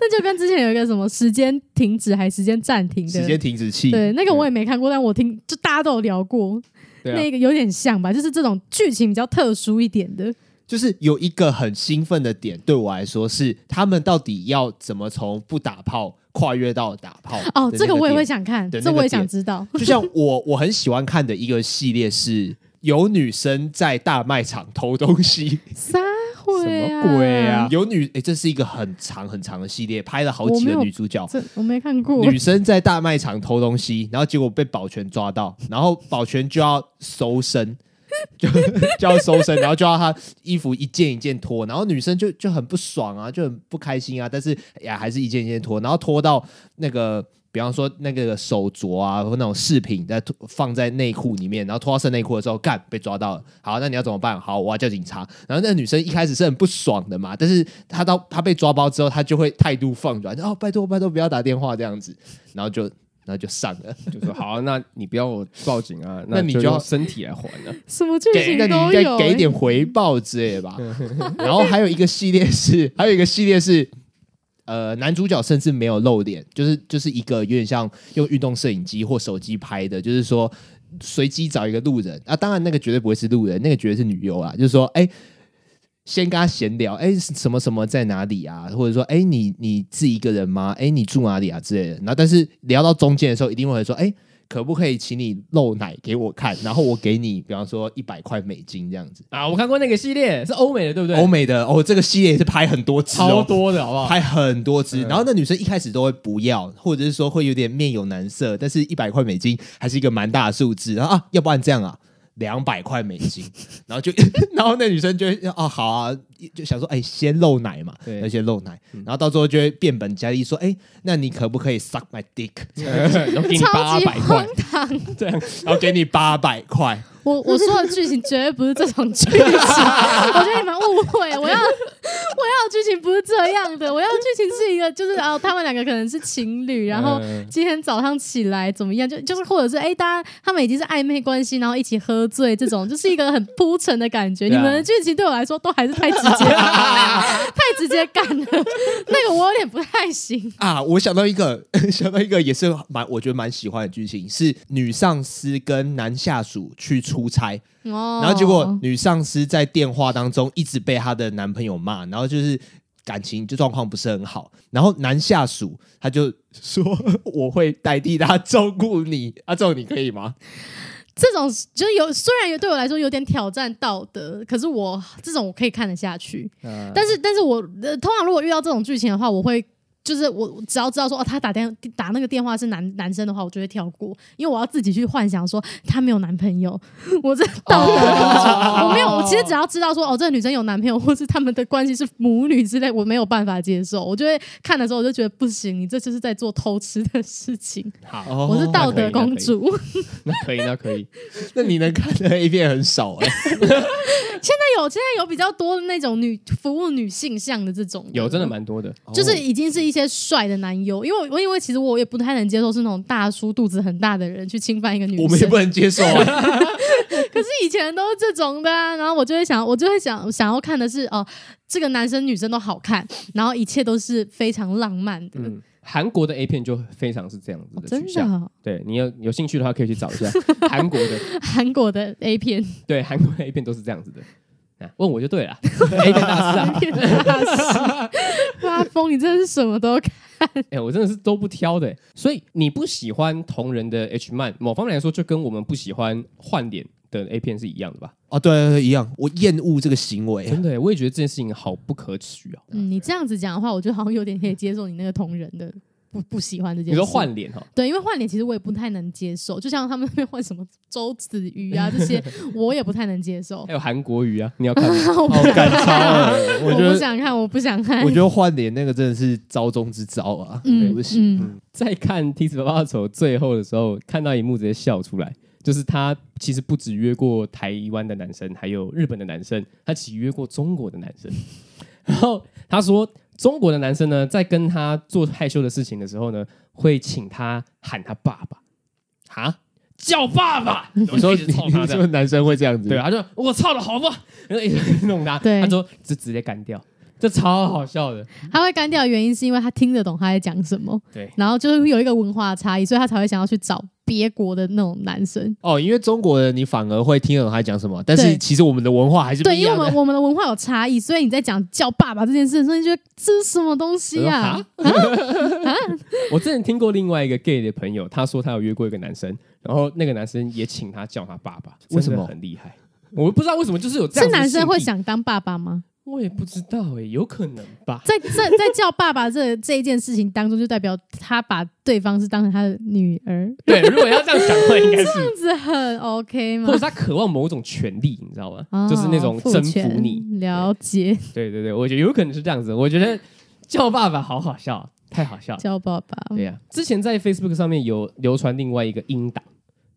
Speaker 1: 那就跟之前有一个什么时间停止还时间暂停
Speaker 3: 时间
Speaker 1: 的，
Speaker 3: 停止器，
Speaker 1: 对，那个我也没看过，但我听就大家都有聊过，
Speaker 2: 对啊，
Speaker 1: 那个有点像吧，就是这种剧情比较特殊一点的。
Speaker 3: 就是有一个很兴奋的点，对我来说是他们到底要怎么从不打炮跨越到打炮的那
Speaker 1: 哦，这个我也
Speaker 3: 点
Speaker 1: 会想看，
Speaker 3: 对那
Speaker 1: 这
Speaker 3: 个
Speaker 1: 我也想
Speaker 3: 点
Speaker 1: 知
Speaker 3: *laughs*
Speaker 1: 道。
Speaker 3: 就像我我很喜欢看的一个系列是有女生在大卖场偷东西，
Speaker 1: 撒会啊？
Speaker 2: 什么鬼啊
Speaker 3: 有女诶、这是一个很长很长的系列，拍了好
Speaker 1: 我
Speaker 3: 几
Speaker 1: 没
Speaker 3: 个
Speaker 1: 有
Speaker 3: 女主角。
Speaker 1: 这我没看过。
Speaker 3: 女生在大卖场偷东西，然后结果被保全抓到，然后保全就要搜身，就就要搜身，然后就要她衣服一件一件脱，然后女生就就很不爽啊，就很不开心啊，但是呀还是一件一件脱，然后脱到那个。比方说那个手镯啊，或那种饰品，在脱放在内裤里面，然后脱到剩内裤的时候，干被抓到了。好，那你要怎么办？好，我要叫警察。然后那个女生一开始是很不爽的嘛，但是她到她被抓包之后，她就会态度放软，哦，拜托拜托，不要打电话这样子。然后就然后就上了。
Speaker 2: 就说好，那你不要我报警啊，
Speaker 3: 那你就
Speaker 2: 用
Speaker 3: 要
Speaker 2: 身体来还啊。
Speaker 1: 什么剧
Speaker 3: 给，
Speaker 1: 情
Speaker 3: 那你
Speaker 1: 都
Speaker 3: 应
Speaker 1: 有、
Speaker 3: 该给
Speaker 1: 欸
Speaker 3: 一点回报之类的吧。然后还有一个系列是，还有一个系列是，呃，男主角甚至没有露脸，就是就是一个有点像用运动摄影机或手机拍的，就是说随机找一个路人啊，当然那个绝对不会是路人，那个绝对是女优啊，就是说，哎、先跟他闲聊，哎、什么什么在哪里啊？或者说，哎、你你自己一个人吗？哎、你住哪里啊之类的。然后，但是聊到中间的时候，一定会说，哎、可不可以请你露奶给我看？然后我给你，比方说一百块美金这样子。
Speaker 2: 啊，我看过那个系列是欧美的，对不对？
Speaker 3: 欧美的哦，这个系列也是拍很多支、哦，
Speaker 2: 超多啊的好 *laughs* 不好？
Speaker 3: 拍很多支。
Speaker 2: 嗯
Speaker 3: 然后那女生一开始都会不要，或者是说会有点面有难色，但是一百块美金还是一个蛮大的数字。然后啊，要不然这样啊。两百块
Speaker 2: *laughs*
Speaker 3: 美金，然后就， *laughs* 然后那女生就会哦好啊，就想说哎先露奶嘛，
Speaker 2: 对嗯
Speaker 3: 那先露奶，然后到最后就会变本加厉说哎，那你可不可以 suck my dick，
Speaker 2: 嗯然后给你
Speaker 1: 超
Speaker 2: 八
Speaker 1: 级
Speaker 2: 百块
Speaker 1: 荒，唐！
Speaker 2: 这样
Speaker 3: 然后给你八百块，
Speaker 1: 我我说的剧情绝对不是这种
Speaker 3: *laughs*
Speaker 1: 剧情，我觉得你们误会。我要我要的剧情不是这样的，我要的剧情是一个，就是哦，他们两个可能是情侣，然后
Speaker 2: 嗯
Speaker 1: 今天早上起来怎么样，就就是或者是哎、大家他们已经是暧昧关系，然后一起喝醉，这种就是一个很铺陈的感觉。
Speaker 2: 对啊
Speaker 1: 你们的剧情对我来说都还是太直
Speaker 3: *laughs*
Speaker 1: 接了，太直接干了，那个我有点不太行。
Speaker 3: 啊，我想到一个， *laughs* 想到一个也是蛮我觉得蛮喜欢的剧情，是女上司跟男下属去出差，
Speaker 1: 哦，
Speaker 3: 然后结果女上司在电话当中一直被她的男朋友骂，然后就是感情就状况不是很好，然后男下属他就说我会代替他照顾你，啊，这种你可以
Speaker 1: *laughs*
Speaker 3: 吗？
Speaker 1: 这种就是有，虽然有对我来说有点挑战道德，可是我这种我可以看得下去。
Speaker 2: 嗯
Speaker 1: 但是，但是我、呃、通常如果遇到这种剧情的话，我会就是我我只要知道说哦，他打电打那个电话是男男生的话，我就会跳过，因为我要自己去幻想说他没有男朋友， *laughs* 我这道德很差，我没有。我其实只要知道说哦，这个女生有男朋友，或是他们的关系是母女之类，我没有办法接受。我就会看的时候，我就觉得不行，你这就是在做偷吃的事情。
Speaker 2: 好，
Speaker 3: 哦
Speaker 1: 我是道
Speaker 2: 那可
Speaker 1: 德
Speaker 2: 以
Speaker 1: 公主。
Speaker 2: 那可以，那可以。
Speaker 3: 那你能看的 A 片很少哎、
Speaker 1: 现在有现在有比较多的那种女服务女性向的这种，
Speaker 2: 有真的蛮多的，
Speaker 1: *laughs*
Speaker 3: 哦
Speaker 1: 就是已经是一些帅的男优，因为我因为其实我也不太能接受是那种大叔肚子很大的人去侵犯一个女
Speaker 3: 我们也
Speaker 1: 生
Speaker 3: 不，能接
Speaker 1: *laughs*
Speaker 3: 受啊，
Speaker 1: 可是以前都是这种的、啊，然后我就会想，我就会想想要看的是哦、这个男生女生都好看，然后一切都是非常浪漫的，
Speaker 2: 嗯，韩国的 A 片就非常是这样子
Speaker 1: 哦
Speaker 2: 的
Speaker 1: 真
Speaker 2: 取
Speaker 1: 的
Speaker 2: 向。
Speaker 1: 哦、
Speaker 2: 对你有有兴趣的话，可以去找一
Speaker 1: *laughs*
Speaker 2: 下韩国的，
Speaker 1: 韩国的 A 片，
Speaker 2: *laughs* 对韩国的 A 片都是这样子的。啊问我就对了 *laughs* ，A 片
Speaker 1: *laughs*
Speaker 2: 大师啊！
Speaker 1: A 片大师发疯，你真的是什么都看，
Speaker 2: 哎、我真的是都不挑的欸。所以你不喜欢同人的 H man，某方面来说，就跟我们不喜欢换脸的 A 片是一样的吧？
Speaker 3: 哦，对对对，一样，我厌恶这个行 *laughs* 为
Speaker 2: 真的欸，我也觉得这件事情好不可取哦。
Speaker 1: 嗯，哎你这样子讲的话，我觉得好像有点可以接受你那个同人的不不喜欢这件
Speaker 2: 你
Speaker 1: 事。哦
Speaker 2: 说换脸哦哈，
Speaker 1: 对，因为换脸其实我也不太能接受，就像他们那边换什么周子瑜啊这些，我也不太能接受。
Speaker 2: 还有韩国语啊，你要看吗
Speaker 1: *laughs* 我不
Speaker 3: 哦，
Speaker 1: 想
Speaker 3: 赶超
Speaker 1: 看， *laughs*
Speaker 3: 了，
Speaker 1: 我
Speaker 3: 我觉得
Speaker 1: 不想看，我不想看
Speaker 3: *laughs* 我。觉得换脸那个真的是招中之招啊，对
Speaker 1: 嗯
Speaker 3: 不行。
Speaker 2: *laughs*
Speaker 1: 嗯，
Speaker 2: 在看《T 十八八丑》最后的时候，看到一幕直接笑出来，就是他其实不止约过台湾的男生，还有日本的男生，他其实约过中国的男生。 *laughs* 然后他说，中国的男生呢，在跟他做害羞的事情的时候呢，会请他喊他爸爸，哈，叫爸爸，有时候
Speaker 3: 你 *laughs*
Speaker 2: 操他这样
Speaker 3: 说男生会这样啊
Speaker 2: *laughs*
Speaker 3: 子，
Speaker 2: 对，，啊他就我操的好不 *laughs* 好，然后一直弄他，
Speaker 1: 对
Speaker 2: 他说直直接干掉，这超好笑的，
Speaker 1: 他会干掉的原因是因为他听得懂他在讲什么，
Speaker 2: 对
Speaker 1: 然后就是有一个文化差异，所以他才会想要去找别国的那种男生。
Speaker 3: 哦，因为中国人你反而会听得懂他讲什么，但是
Speaker 1: 对
Speaker 3: 其实我们的文化还是不
Speaker 1: 对，
Speaker 3: 一
Speaker 1: 因为
Speaker 3: 样
Speaker 1: 我
Speaker 3: 的
Speaker 1: 们。我们的文化有差异，所以你在讲叫爸爸这件事的时候，你就觉得这是什么东西
Speaker 2: 呃
Speaker 1: 啊？
Speaker 2: 我之前听过另外一个 gay 的朋友，他说他有约过一个男生，然后那个男生也请他叫他爸爸，
Speaker 3: 为什
Speaker 2: 真
Speaker 3: 么
Speaker 2: 的很厉害？我不知道为什么，就是有这样
Speaker 1: 是
Speaker 2: 子的
Speaker 1: 男生
Speaker 2: 性癖
Speaker 1: 会，想当爸爸吗？
Speaker 2: 我也不知道哎、有可能吧。
Speaker 1: 在在在叫爸爸这这一件事情当中，就代表他把对方是当成他的女儿，
Speaker 2: 对，
Speaker 1: *laughs*
Speaker 2: 如果要这样想的话，应该是，
Speaker 1: 这样子很 OK 吗
Speaker 2: 或者？他渴望某种权利，你知道吗？
Speaker 1: 哦
Speaker 2: 就是那种
Speaker 1: 父
Speaker 2: 征服
Speaker 1: 权
Speaker 2: 你。
Speaker 1: 了解
Speaker 2: 对对对，我觉得有可能是这样子。我觉得叫爸爸好好笑，太好笑了。
Speaker 1: 叫爸爸，
Speaker 2: 对呀、之前在 Facebook 上面有流传另外一个音档，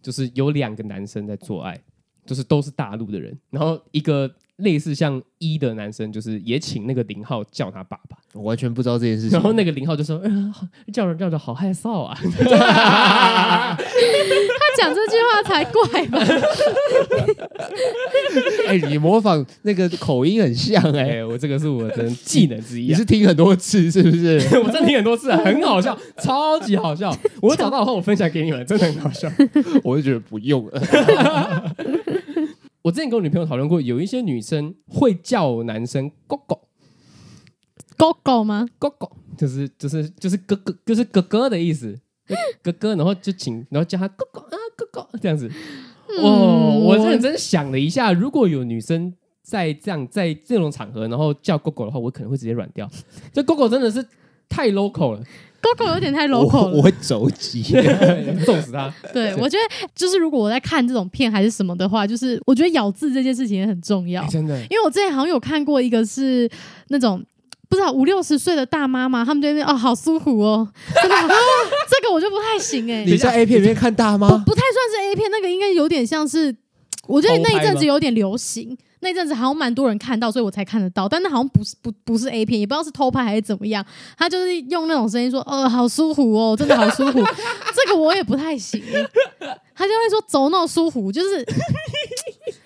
Speaker 2: 就是有两个男生在做爱，就是都是大陆的人，然后一个类似像一的男生，就是也请那个零号叫他爸爸，
Speaker 3: 我完全不知道这件事情
Speaker 2: 然。后那个零号就说：“嗯、好叫着叫着好害臊啊。
Speaker 1: 他讲这句话才怪吧？
Speaker 3: *laughs*
Speaker 1: *laughs*
Speaker 3: 哎、你模仿那个口音很像 *laughs* 哎、
Speaker 2: *laughs* 哎，我这个是我的技能之一、*laughs*
Speaker 3: 你
Speaker 2: 啊
Speaker 3: 是。听很多次是不是？
Speaker 2: 我真的听很多次、啊，很好笑，超级好笑。我找到的话，我分享给你们，真的很好 *laughs* 笑。
Speaker 3: *laughs* 我就觉得不用了。
Speaker 2: 我之前跟我女朋友讨论过，有一些女生会叫男生“狗狗”，
Speaker 1: 狗狗吗？
Speaker 2: 哥哥，就是就是就是哥哥，就是哥哥的意思，就哥哥，然后就请，然后叫他哥哥啊哥哥这样子。哦，我认真想了一下，如果有女生在这样在这种场合，然后叫哥哥的话，我可能会直接软掉。这哥哥真的是太 local 了， *laughs*
Speaker 1: 狗狗有点太
Speaker 3: 我
Speaker 1: local
Speaker 3: 我
Speaker 1: 了。
Speaker 3: 会走急。
Speaker 2: 揍死他！
Speaker 1: 对，我觉得就是如果我在看这种片还是什么的话，就是我觉得咬字这件事情也很重要
Speaker 2: *laughs* 哎。真的，
Speaker 1: 因为我之前好像有看过一个是那种不知道五六十岁的大妈嘛，他们就在那边哦好舒服哦，真的 *laughs* 好这个我就不太行哎、
Speaker 3: 你在 A 片里面看大
Speaker 1: 不
Speaker 2: 啊
Speaker 3: 吗？
Speaker 1: 不太算是 A 片，那个应该有点像是，我觉得那一阵子有点流行，那一阵子好像蛮多人看到，所以我才看得到，但那好像不是不不是 A 片，也不知道是偷拍还是怎么样，他就是用那种声音说，呃，好舒服哦，真的好 *laughs* 舒服，这个我也不太行、欸他就会说走那种舒服，就是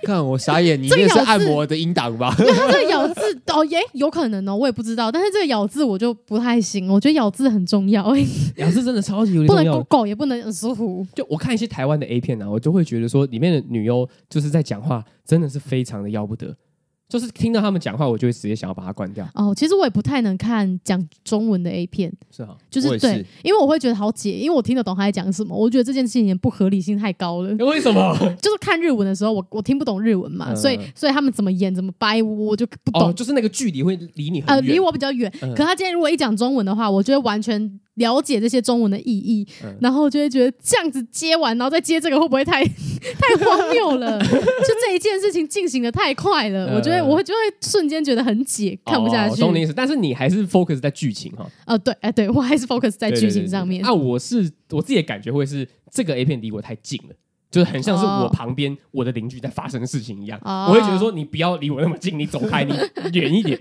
Speaker 3: 看我傻眼，你
Speaker 1: 这个
Speaker 3: 那是
Speaker 1: 咬字
Speaker 3: 按摩的音档吧？ *laughs*
Speaker 1: 对他这个咬字哦，也有可能哦，我也不知道。但是这个咬字我就不太行，我觉得咬字很重要，
Speaker 2: 雅思真的超级有点
Speaker 1: 不
Speaker 2: 重
Speaker 1: 能
Speaker 2: 要
Speaker 1: 狗。狗，也不能很舒服。
Speaker 2: 就我看一些台湾的 A 片啊，我就会觉得说，里面的女优就是在讲话，真的是非常的要不得。就是听到他们讲话，我就会直接想要把它关掉。
Speaker 1: 哦，其实我也不太能看讲中文的 A 片，
Speaker 2: 是啊，
Speaker 1: 就
Speaker 3: 我
Speaker 1: 是
Speaker 3: 也是
Speaker 1: 对，因为我会觉得好解，因为我听得懂他在讲什么，我觉得这件事情不合理性太高了。 *laughs*
Speaker 2: 为什么？
Speaker 1: 就是看日文的时候，我我听不懂日文嘛，
Speaker 2: 嗯
Speaker 1: 所以所以他们怎么演怎么掰，我我就不懂。
Speaker 2: 哦，就是那个距离会离你
Speaker 1: 呃，
Speaker 2: 很远。
Speaker 1: 离我比较远。
Speaker 2: 嗯
Speaker 1: 可他今天如果一讲中文的话，我就会完全了解这些中文的意义，
Speaker 2: 嗯
Speaker 1: 然后就会觉得这样子接完，然后再接这个会不会太 *laughs* 太荒谬了？
Speaker 2: *laughs*
Speaker 1: 就这一件事情进行的太快了，
Speaker 2: 嗯
Speaker 1: 我觉得我会就会瞬间觉得很解，看不下
Speaker 2: 哦
Speaker 1: 去。
Speaker 2: 懂你意思。但是你还是 focus 在剧情哈，
Speaker 1: 呃，对，哎、对我还是 focus 在
Speaker 2: 对
Speaker 1: 剧
Speaker 2: 对对
Speaker 1: 情上面。
Speaker 2: 啊，我是我自己的感觉会是这个 A 片离我太近了。就是很像是我
Speaker 1: 哦
Speaker 2: 旁边我的邻居在发生的事情一样，
Speaker 1: 哦
Speaker 2: 我会觉得说你不要离我那么近，你走开，你
Speaker 1: *laughs*
Speaker 2: 远一点，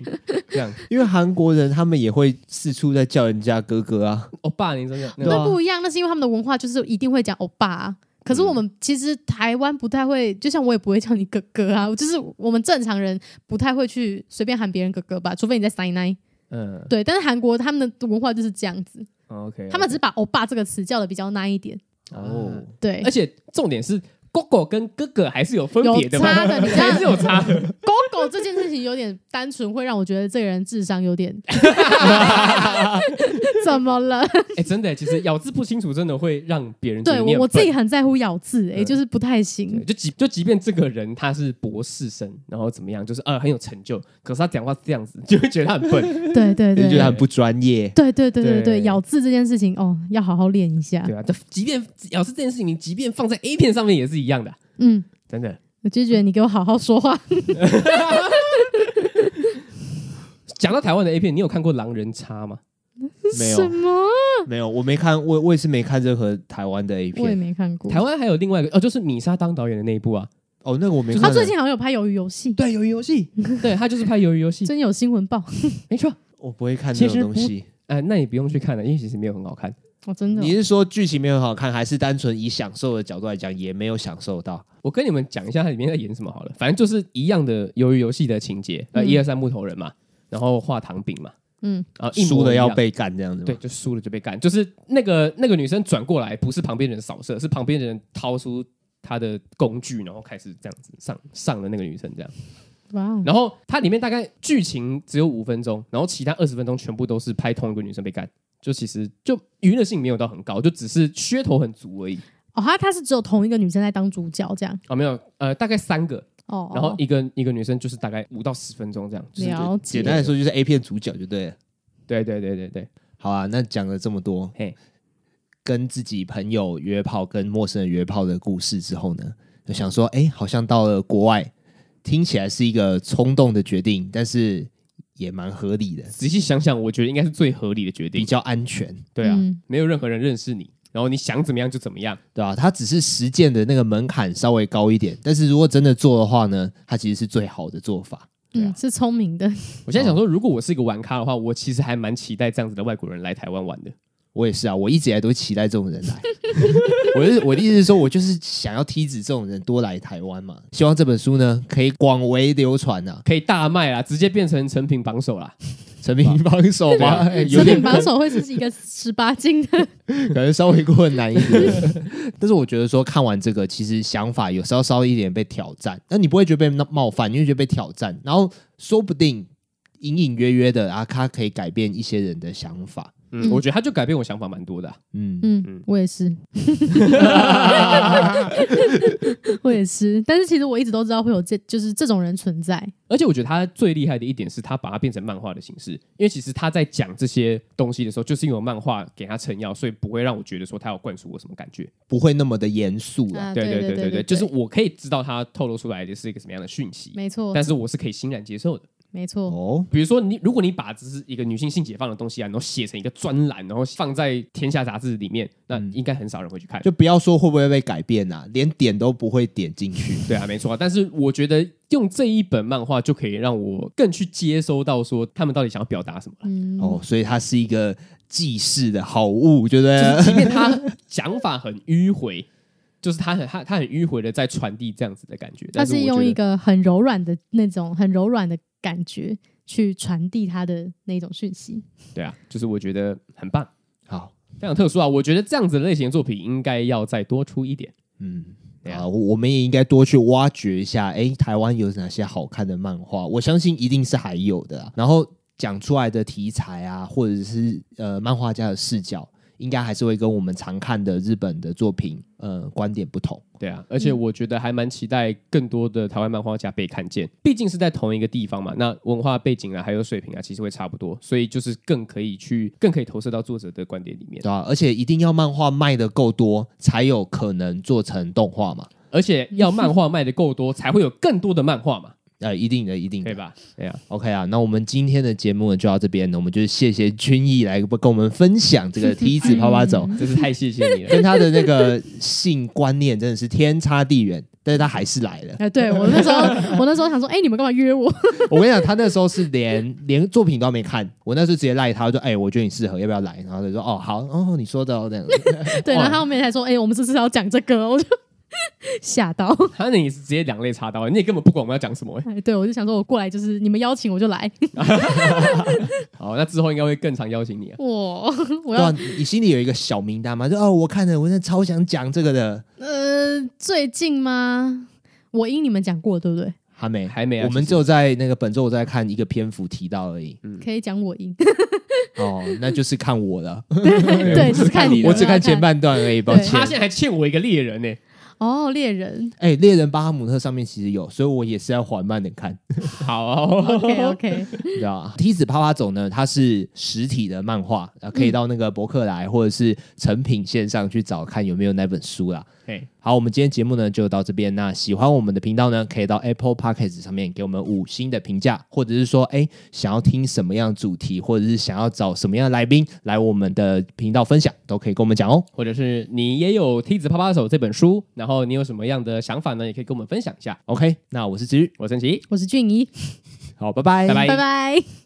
Speaker 2: 这样。
Speaker 3: 因为韩国人他们也会四处在叫人家哥哥啊。
Speaker 1: 哦
Speaker 2: 欧巴，你真的那
Speaker 3: 对
Speaker 2: 个
Speaker 3: 啊
Speaker 1: 那不一样，那是因为他们的文化就是一定会讲欧巴啊、可是我们其实台湾不太会，就像我也不会叫你哥哥啊，就是我们正常人不太会去随便喊别人哥哥吧，除非你在塞奶。
Speaker 2: 嗯
Speaker 1: 对，但是韩国他们的文化就是这样子，
Speaker 2: ，OK，
Speaker 1: 他们只是把欧巴这个词叫的比较那一点。
Speaker 2: 哦
Speaker 3: 哦，
Speaker 1: 对
Speaker 2: 而，且重点是哥哥跟哥哥还是有分别的嘛，
Speaker 1: 有差的你这样
Speaker 2: *laughs* 还是有差
Speaker 1: *laughs*
Speaker 2: 的。
Speaker 1: 狗狗这件事情有点单纯，会让我觉得这个人智商有点 *laughs* 怎么了？
Speaker 2: 哎，真的，其实咬字不清楚，真的会让别人觉得
Speaker 1: 对
Speaker 2: 你
Speaker 1: 我
Speaker 2: 很
Speaker 1: 我自
Speaker 2: 笨
Speaker 1: 己很在乎咬字，哎，
Speaker 2: 嗯
Speaker 1: 就是不太
Speaker 2: 对
Speaker 1: 行。
Speaker 2: 就即就即便这个人他是博士生，然后怎么样，就是呃很有成就，可是他讲话这样子， *laughs* 你就会觉得他
Speaker 1: *laughs*
Speaker 2: 很笨，
Speaker 1: 对对
Speaker 3: 就
Speaker 1: 对
Speaker 3: 觉得很不专业。
Speaker 1: 对对对
Speaker 2: 对
Speaker 1: 对对，咬字这件事情哦，要好好练一下
Speaker 2: 对。啊，这即便要是这件事情，你即便放在 A 片上面也是一样的啊，
Speaker 1: 嗯，
Speaker 2: 真的。
Speaker 1: 我就觉得你给我好好说话。
Speaker 2: 讲到台湾的 A 片，你有看过《狼人杀》吗？
Speaker 3: 没
Speaker 1: 什
Speaker 3: 有
Speaker 1: 么？
Speaker 3: 没有，我没看，我我也是没看任何台湾的 A
Speaker 1: 我也
Speaker 3: 片。
Speaker 1: 没看过
Speaker 2: 台。湾还有另外一个哦，就是米莎当导演的那一部啊，
Speaker 3: 哦，那个我没看
Speaker 1: 他
Speaker 3: 了。
Speaker 1: 最近好像有拍《鱿鱼游戏》，
Speaker 3: 对鱿鱼游戏，
Speaker 2: 对他就是拍《鱿鱼游
Speaker 1: *laughs*
Speaker 2: 戏》，
Speaker 1: 最近有新闻报，
Speaker 2: 没错。
Speaker 3: 我不会看这
Speaker 2: 其实
Speaker 3: 种东西。
Speaker 2: 哎，那你不用去看了，因为其实没有很好看。
Speaker 1: 哦，真的哦
Speaker 3: 你是说剧情没有很好看，还是单纯以享受的角度来讲，也没有享受到？
Speaker 2: 我跟你们讲一下它里面在演什么好了，反正就是一样的鱿鱼游戏的情节，呃，
Speaker 1: 嗯
Speaker 2: 一二三木头人嘛，然后画糖饼嘛，
Speaker 1: 嗯，
Speaker 2: 然后一模
Speaker 3: 输了
Speaker 2: 一
Speaker 3: 要
Speaker 2: 样
Speaker 3: 被干这样子吗？
Speaker 2: 对，就输了就被干，就是那个那个女生转过来，不是旁边的人扫射，是旁边的人掏出她的工具，然后开始这样子上上了那个女生这样。
Speaker 1: 哇哦，
Speaker 2: 然后它里面大概剧情只有五分钟，然后其他二十分钟全部都是拍同一个女生被干，就其实就娱乐性没有到很高，就只是噱头很足而已
Speaker 1: 哦，他他是只有同一个女生在当主角这样，
Speaker 2: 啊，没有呃大概三个，
Speaker 1: 哦，
Speaker 2: 然后
Speaker 1: 哦
Speaker 2: 一个一个女生就是大概五到十分钟这样，就是
Speaker 1: 了解
Speaker 3: 简，单来说就是 A 片主角就对了。
Speaker 2: 对对对对对，
Speaker 3: 好啊，那讲了这么多
Speaker 2: 嘿，
Speaker 3: 跟自己朋友约炮、跟陌生人约炮的故事之后呢，就想说，哎、好像到了国外，听起来是一个冲动的决定，但是也蛮合理的，
Speaker 2: 仔细想想，我觉得应该是最合理的决
Speaker 3: 比
Speaker 2: 定，
Speaker 3: 较安全，
Speaker 2: 对啊，
Speaker 1: 嗯
Speaker 2: 没有任何人认识你，然后你想怎么样就怎么样。
Speaker 3: 对吧、它只是实践的那个门槛稍微高一点，但是如果真的做的话呢，它其实是最好的做法。
Speaker 2: 对啊
Speaker 1: 嗯，是聪明的，
Speaker 2: 我现在想说，如果我是一个玩咖的话，我其实还蛮期待这样子的外国人来台湾玩的。
Speaker 3: 我也是啊，我一直以来都期待这种人来。 *laughs* 我就是我的意思是说，我就是想要梯子这种人多来台湾嘛。希望这本书呢可以广为流传啊，
Speaker 2: 可以大卖啦，直接变成成品榜首啦。
Speaker 3: 成品榜首
Speaker 2: 哇
Speaker 3: 吗？哎有
Speaker 1: 成
Speaker 3: 点
Speaker 1: 品榜首会是一个十八禁的，
Speaker 3: 可能稍微困难一点。
Speaker 2: *laughs*
Speaker 3: 但是我觉得说看完这个，其实想法有时候稍微一点被挑战，那你不会觉得被冒犯，你会觉得被挑战，然后说不定隐隐约约的啊，它可以改变一些人的想法。
Speaker 2: 嗯，我觉得他就改变我想法蛮多的啊、
Speaker 3: 嗯，
Speaker 1: 嗯，我也是，
Speaker 2: 嗯 *laughs*
Speaker 1: 我也是，但是其实我一直都知道会有这就是这种人存在，
Speaker 2: 而且我觉得他最厉害的一点是他把它变成漫画的形式，因为其实他在讲这些东西的时候，就是因为有漫画给他撑腰，所以不会让我觉得说他有灌输我什么感觉。
Speaker 3: 不会那么的严肃了。
Speaker 1: 啊
Speaker 2: 对
Speaker 1: 对
Speaker 2: 对
Speaker 1: 对
Speaker 2: 对，就是我可以知道他透露出来的是一个什么样的讯息，
Speaker 1: 没错
Speaker 2: 但，是我是可以欣然接受的。
Speaker 1: 没错，
Speaker 3: 哦，
Speaker 2: 比如说你，如果你把只是一个女性性解放的东西啊，然后写成一个专栏，然后放在《天下》杂志里面，那
Speaker 3: 嗯
Speaker 2: 应该很少人会去看。
Speaker 3: 就不要说会不会被改变啊，连点都不会点进去。
Speaker 2: 对啊，没错啊。但是我觉得用这一本漫画就可以让我更去接收到说他们到底想要表达什么了。
Speaker 1: 嗯，
Speaker 3: 哦，所以它是一个记事的好物，对不
Speaker 1: *laughs*
Speaker 2: 就是即
Speaker 3: 对？
Speaker 2: 便他讲法很迂回，就是他很他他很迂回的在传递这样子的感觉，
Speaker 1: 他
Speaker 2: 但是我
Speaker 1: 用
Speaker 2: 觉
Speaker 1: 一
Speaker 2: 得
Speaker 1: 个很柔软的那种很柔软的感觉去传递他的那种讯息，
Speaker 2: 对啊，就是我觉得很棒，
Speaker 3: 好，
Speaker 2: 非常特殊啊。我觉得这样子的类型的作品应该要再多出一点。
Speaker 3: 嗯，
Speaker 2: 对啊
Speaker 3: 啊，我我们也应该多去挖掘一下，哎，台湾有哪些好看的漫画？我相信一定是还有的啊。然后讲出来的题材啊，或者是呃漫画家的视角，应该还是会跟我们常看的日本的作品呃观点不同。
Speaker 2: 对啊，而且我觉得还蛮期待更多的台湾漫画家被看见，毕竟是在同一个地方嘛，那文化背景啊，还有水平啊，其实会差不多，所以就是更可以去，更可以投射到作者的观点里面
Speaker 3: 对，啊，而且一定要漫画卖的够多，才有可能做成动画嘛。
Speaker 2: 而且要漫画卖的够多，才会有更多的漫画嘛，
Speaker 3: 呃，一定的，一定的
Speaker 2: 对。吧？对啊，
Speaker 3: OK 啊，那我们今天的节目呢就到这边，我们就是谢谢君毅来跟我们分
Speaker 2: *laughs*
Speaker 3: 享这个梯子啪啪走，
Speaker 2: 真是太谢谢你 *laughs* 了。
Speaker 3: 跟他的那个性观念真的是天差地远，但是他还是来了。
Speaker 1: 哎、对我那时
Speaker 2: *laughs*
Speaker 1: 候我那时候想说，哎、你们干嘛约我？ *laughs*
Speaker 3: 我跟你讲，他那时候是连 *laughs* 连作品都还没看，我那时候直接赖他，我说：“哎、我觉得你适合，要不要来？”然后他就说：“哦，好，哦，你说的哦，这样。
Speaker 1: 对，
Speaker 3: 哇
Speaker 1: 然后他后面才说，哎、我们这次要讲这个哦，我就 *laughs* 吓到。
Speaker 2: 他那你是直接两肋插刀，你也根本不管我们要讲什么、欸。
Speaker 1: 哎，对，我就想说，我过来就是你们邀请我就来， *laughs*
Speaker 2: 好，那之后应该会更常邀请你啊。
Speaker 1: 我我
Speaker 3: 对
Speaker 1: 要
Speaker 3: 啊，你心里有一个小名单吗？就哦，我看了，我真的超想讲这个的，
Speaker 1: 呃，最近吗？我因你们讲过，对不对？
Speaker 3: 还没，
Speaker 2: 还没啊
Speaker 3: 我们
Speaker 2: 其实
Speaker 3: 只有在那个本周我在看一个篇幅提到而已。
Speaker 1: 可以讲我因，
Speaker 3: 哦，那就是看我了，
Speaker 1: 对，
Speaker 2: 我只
Speaker 1: 是看
Speaker 2: 看你
Speaker 1: 你
Speaker 2: 的
Speaker 1: 的，
Speaker 3: 我只看前半段而已，抱
Speaker 1: 对
Speaker 3: 歉
Speaker 2: 他。现在还欠我一个猎人呢、
Speaker 1: 哦，猎人
Speaker 3: 哎，猎人巴哈姆特上面其实有，所以我也是要缓慢的看，
Speaker 2: 好哦、
Speaker 1: ，OK OK，
Speaker 3: 你知道吧？梯子啪啪走呢，它是实体的漫画，啊，可以到那个博客来或者是成品线上去找看有没有那本书啦。
Speaker 2: *laughs* 嘿
Speaker 3: 好，我们今天节目呢就到这边。那喜欢我们的频道呢，可以到 Apple Podcast 上面给我们五星的评价，或者是说，哎，想要听什么样的主题，或者是想要找什么样的来宾来我们的频道分享，都可以跟我们讲哦。
Speaker 2: 或者是你也有《梯子啪啪手》这本书，然后你有什么样的想法呢？也可以跟我们分享一下。
Speaker 3: OK，那我是子瑜，
Speaker 2: 我是陈奇，
Speaker 1: 我是俊怡，
Speaker 3: 好，拜拜，
Speaker 2: 拜拜
Speaker 1: 拜拜。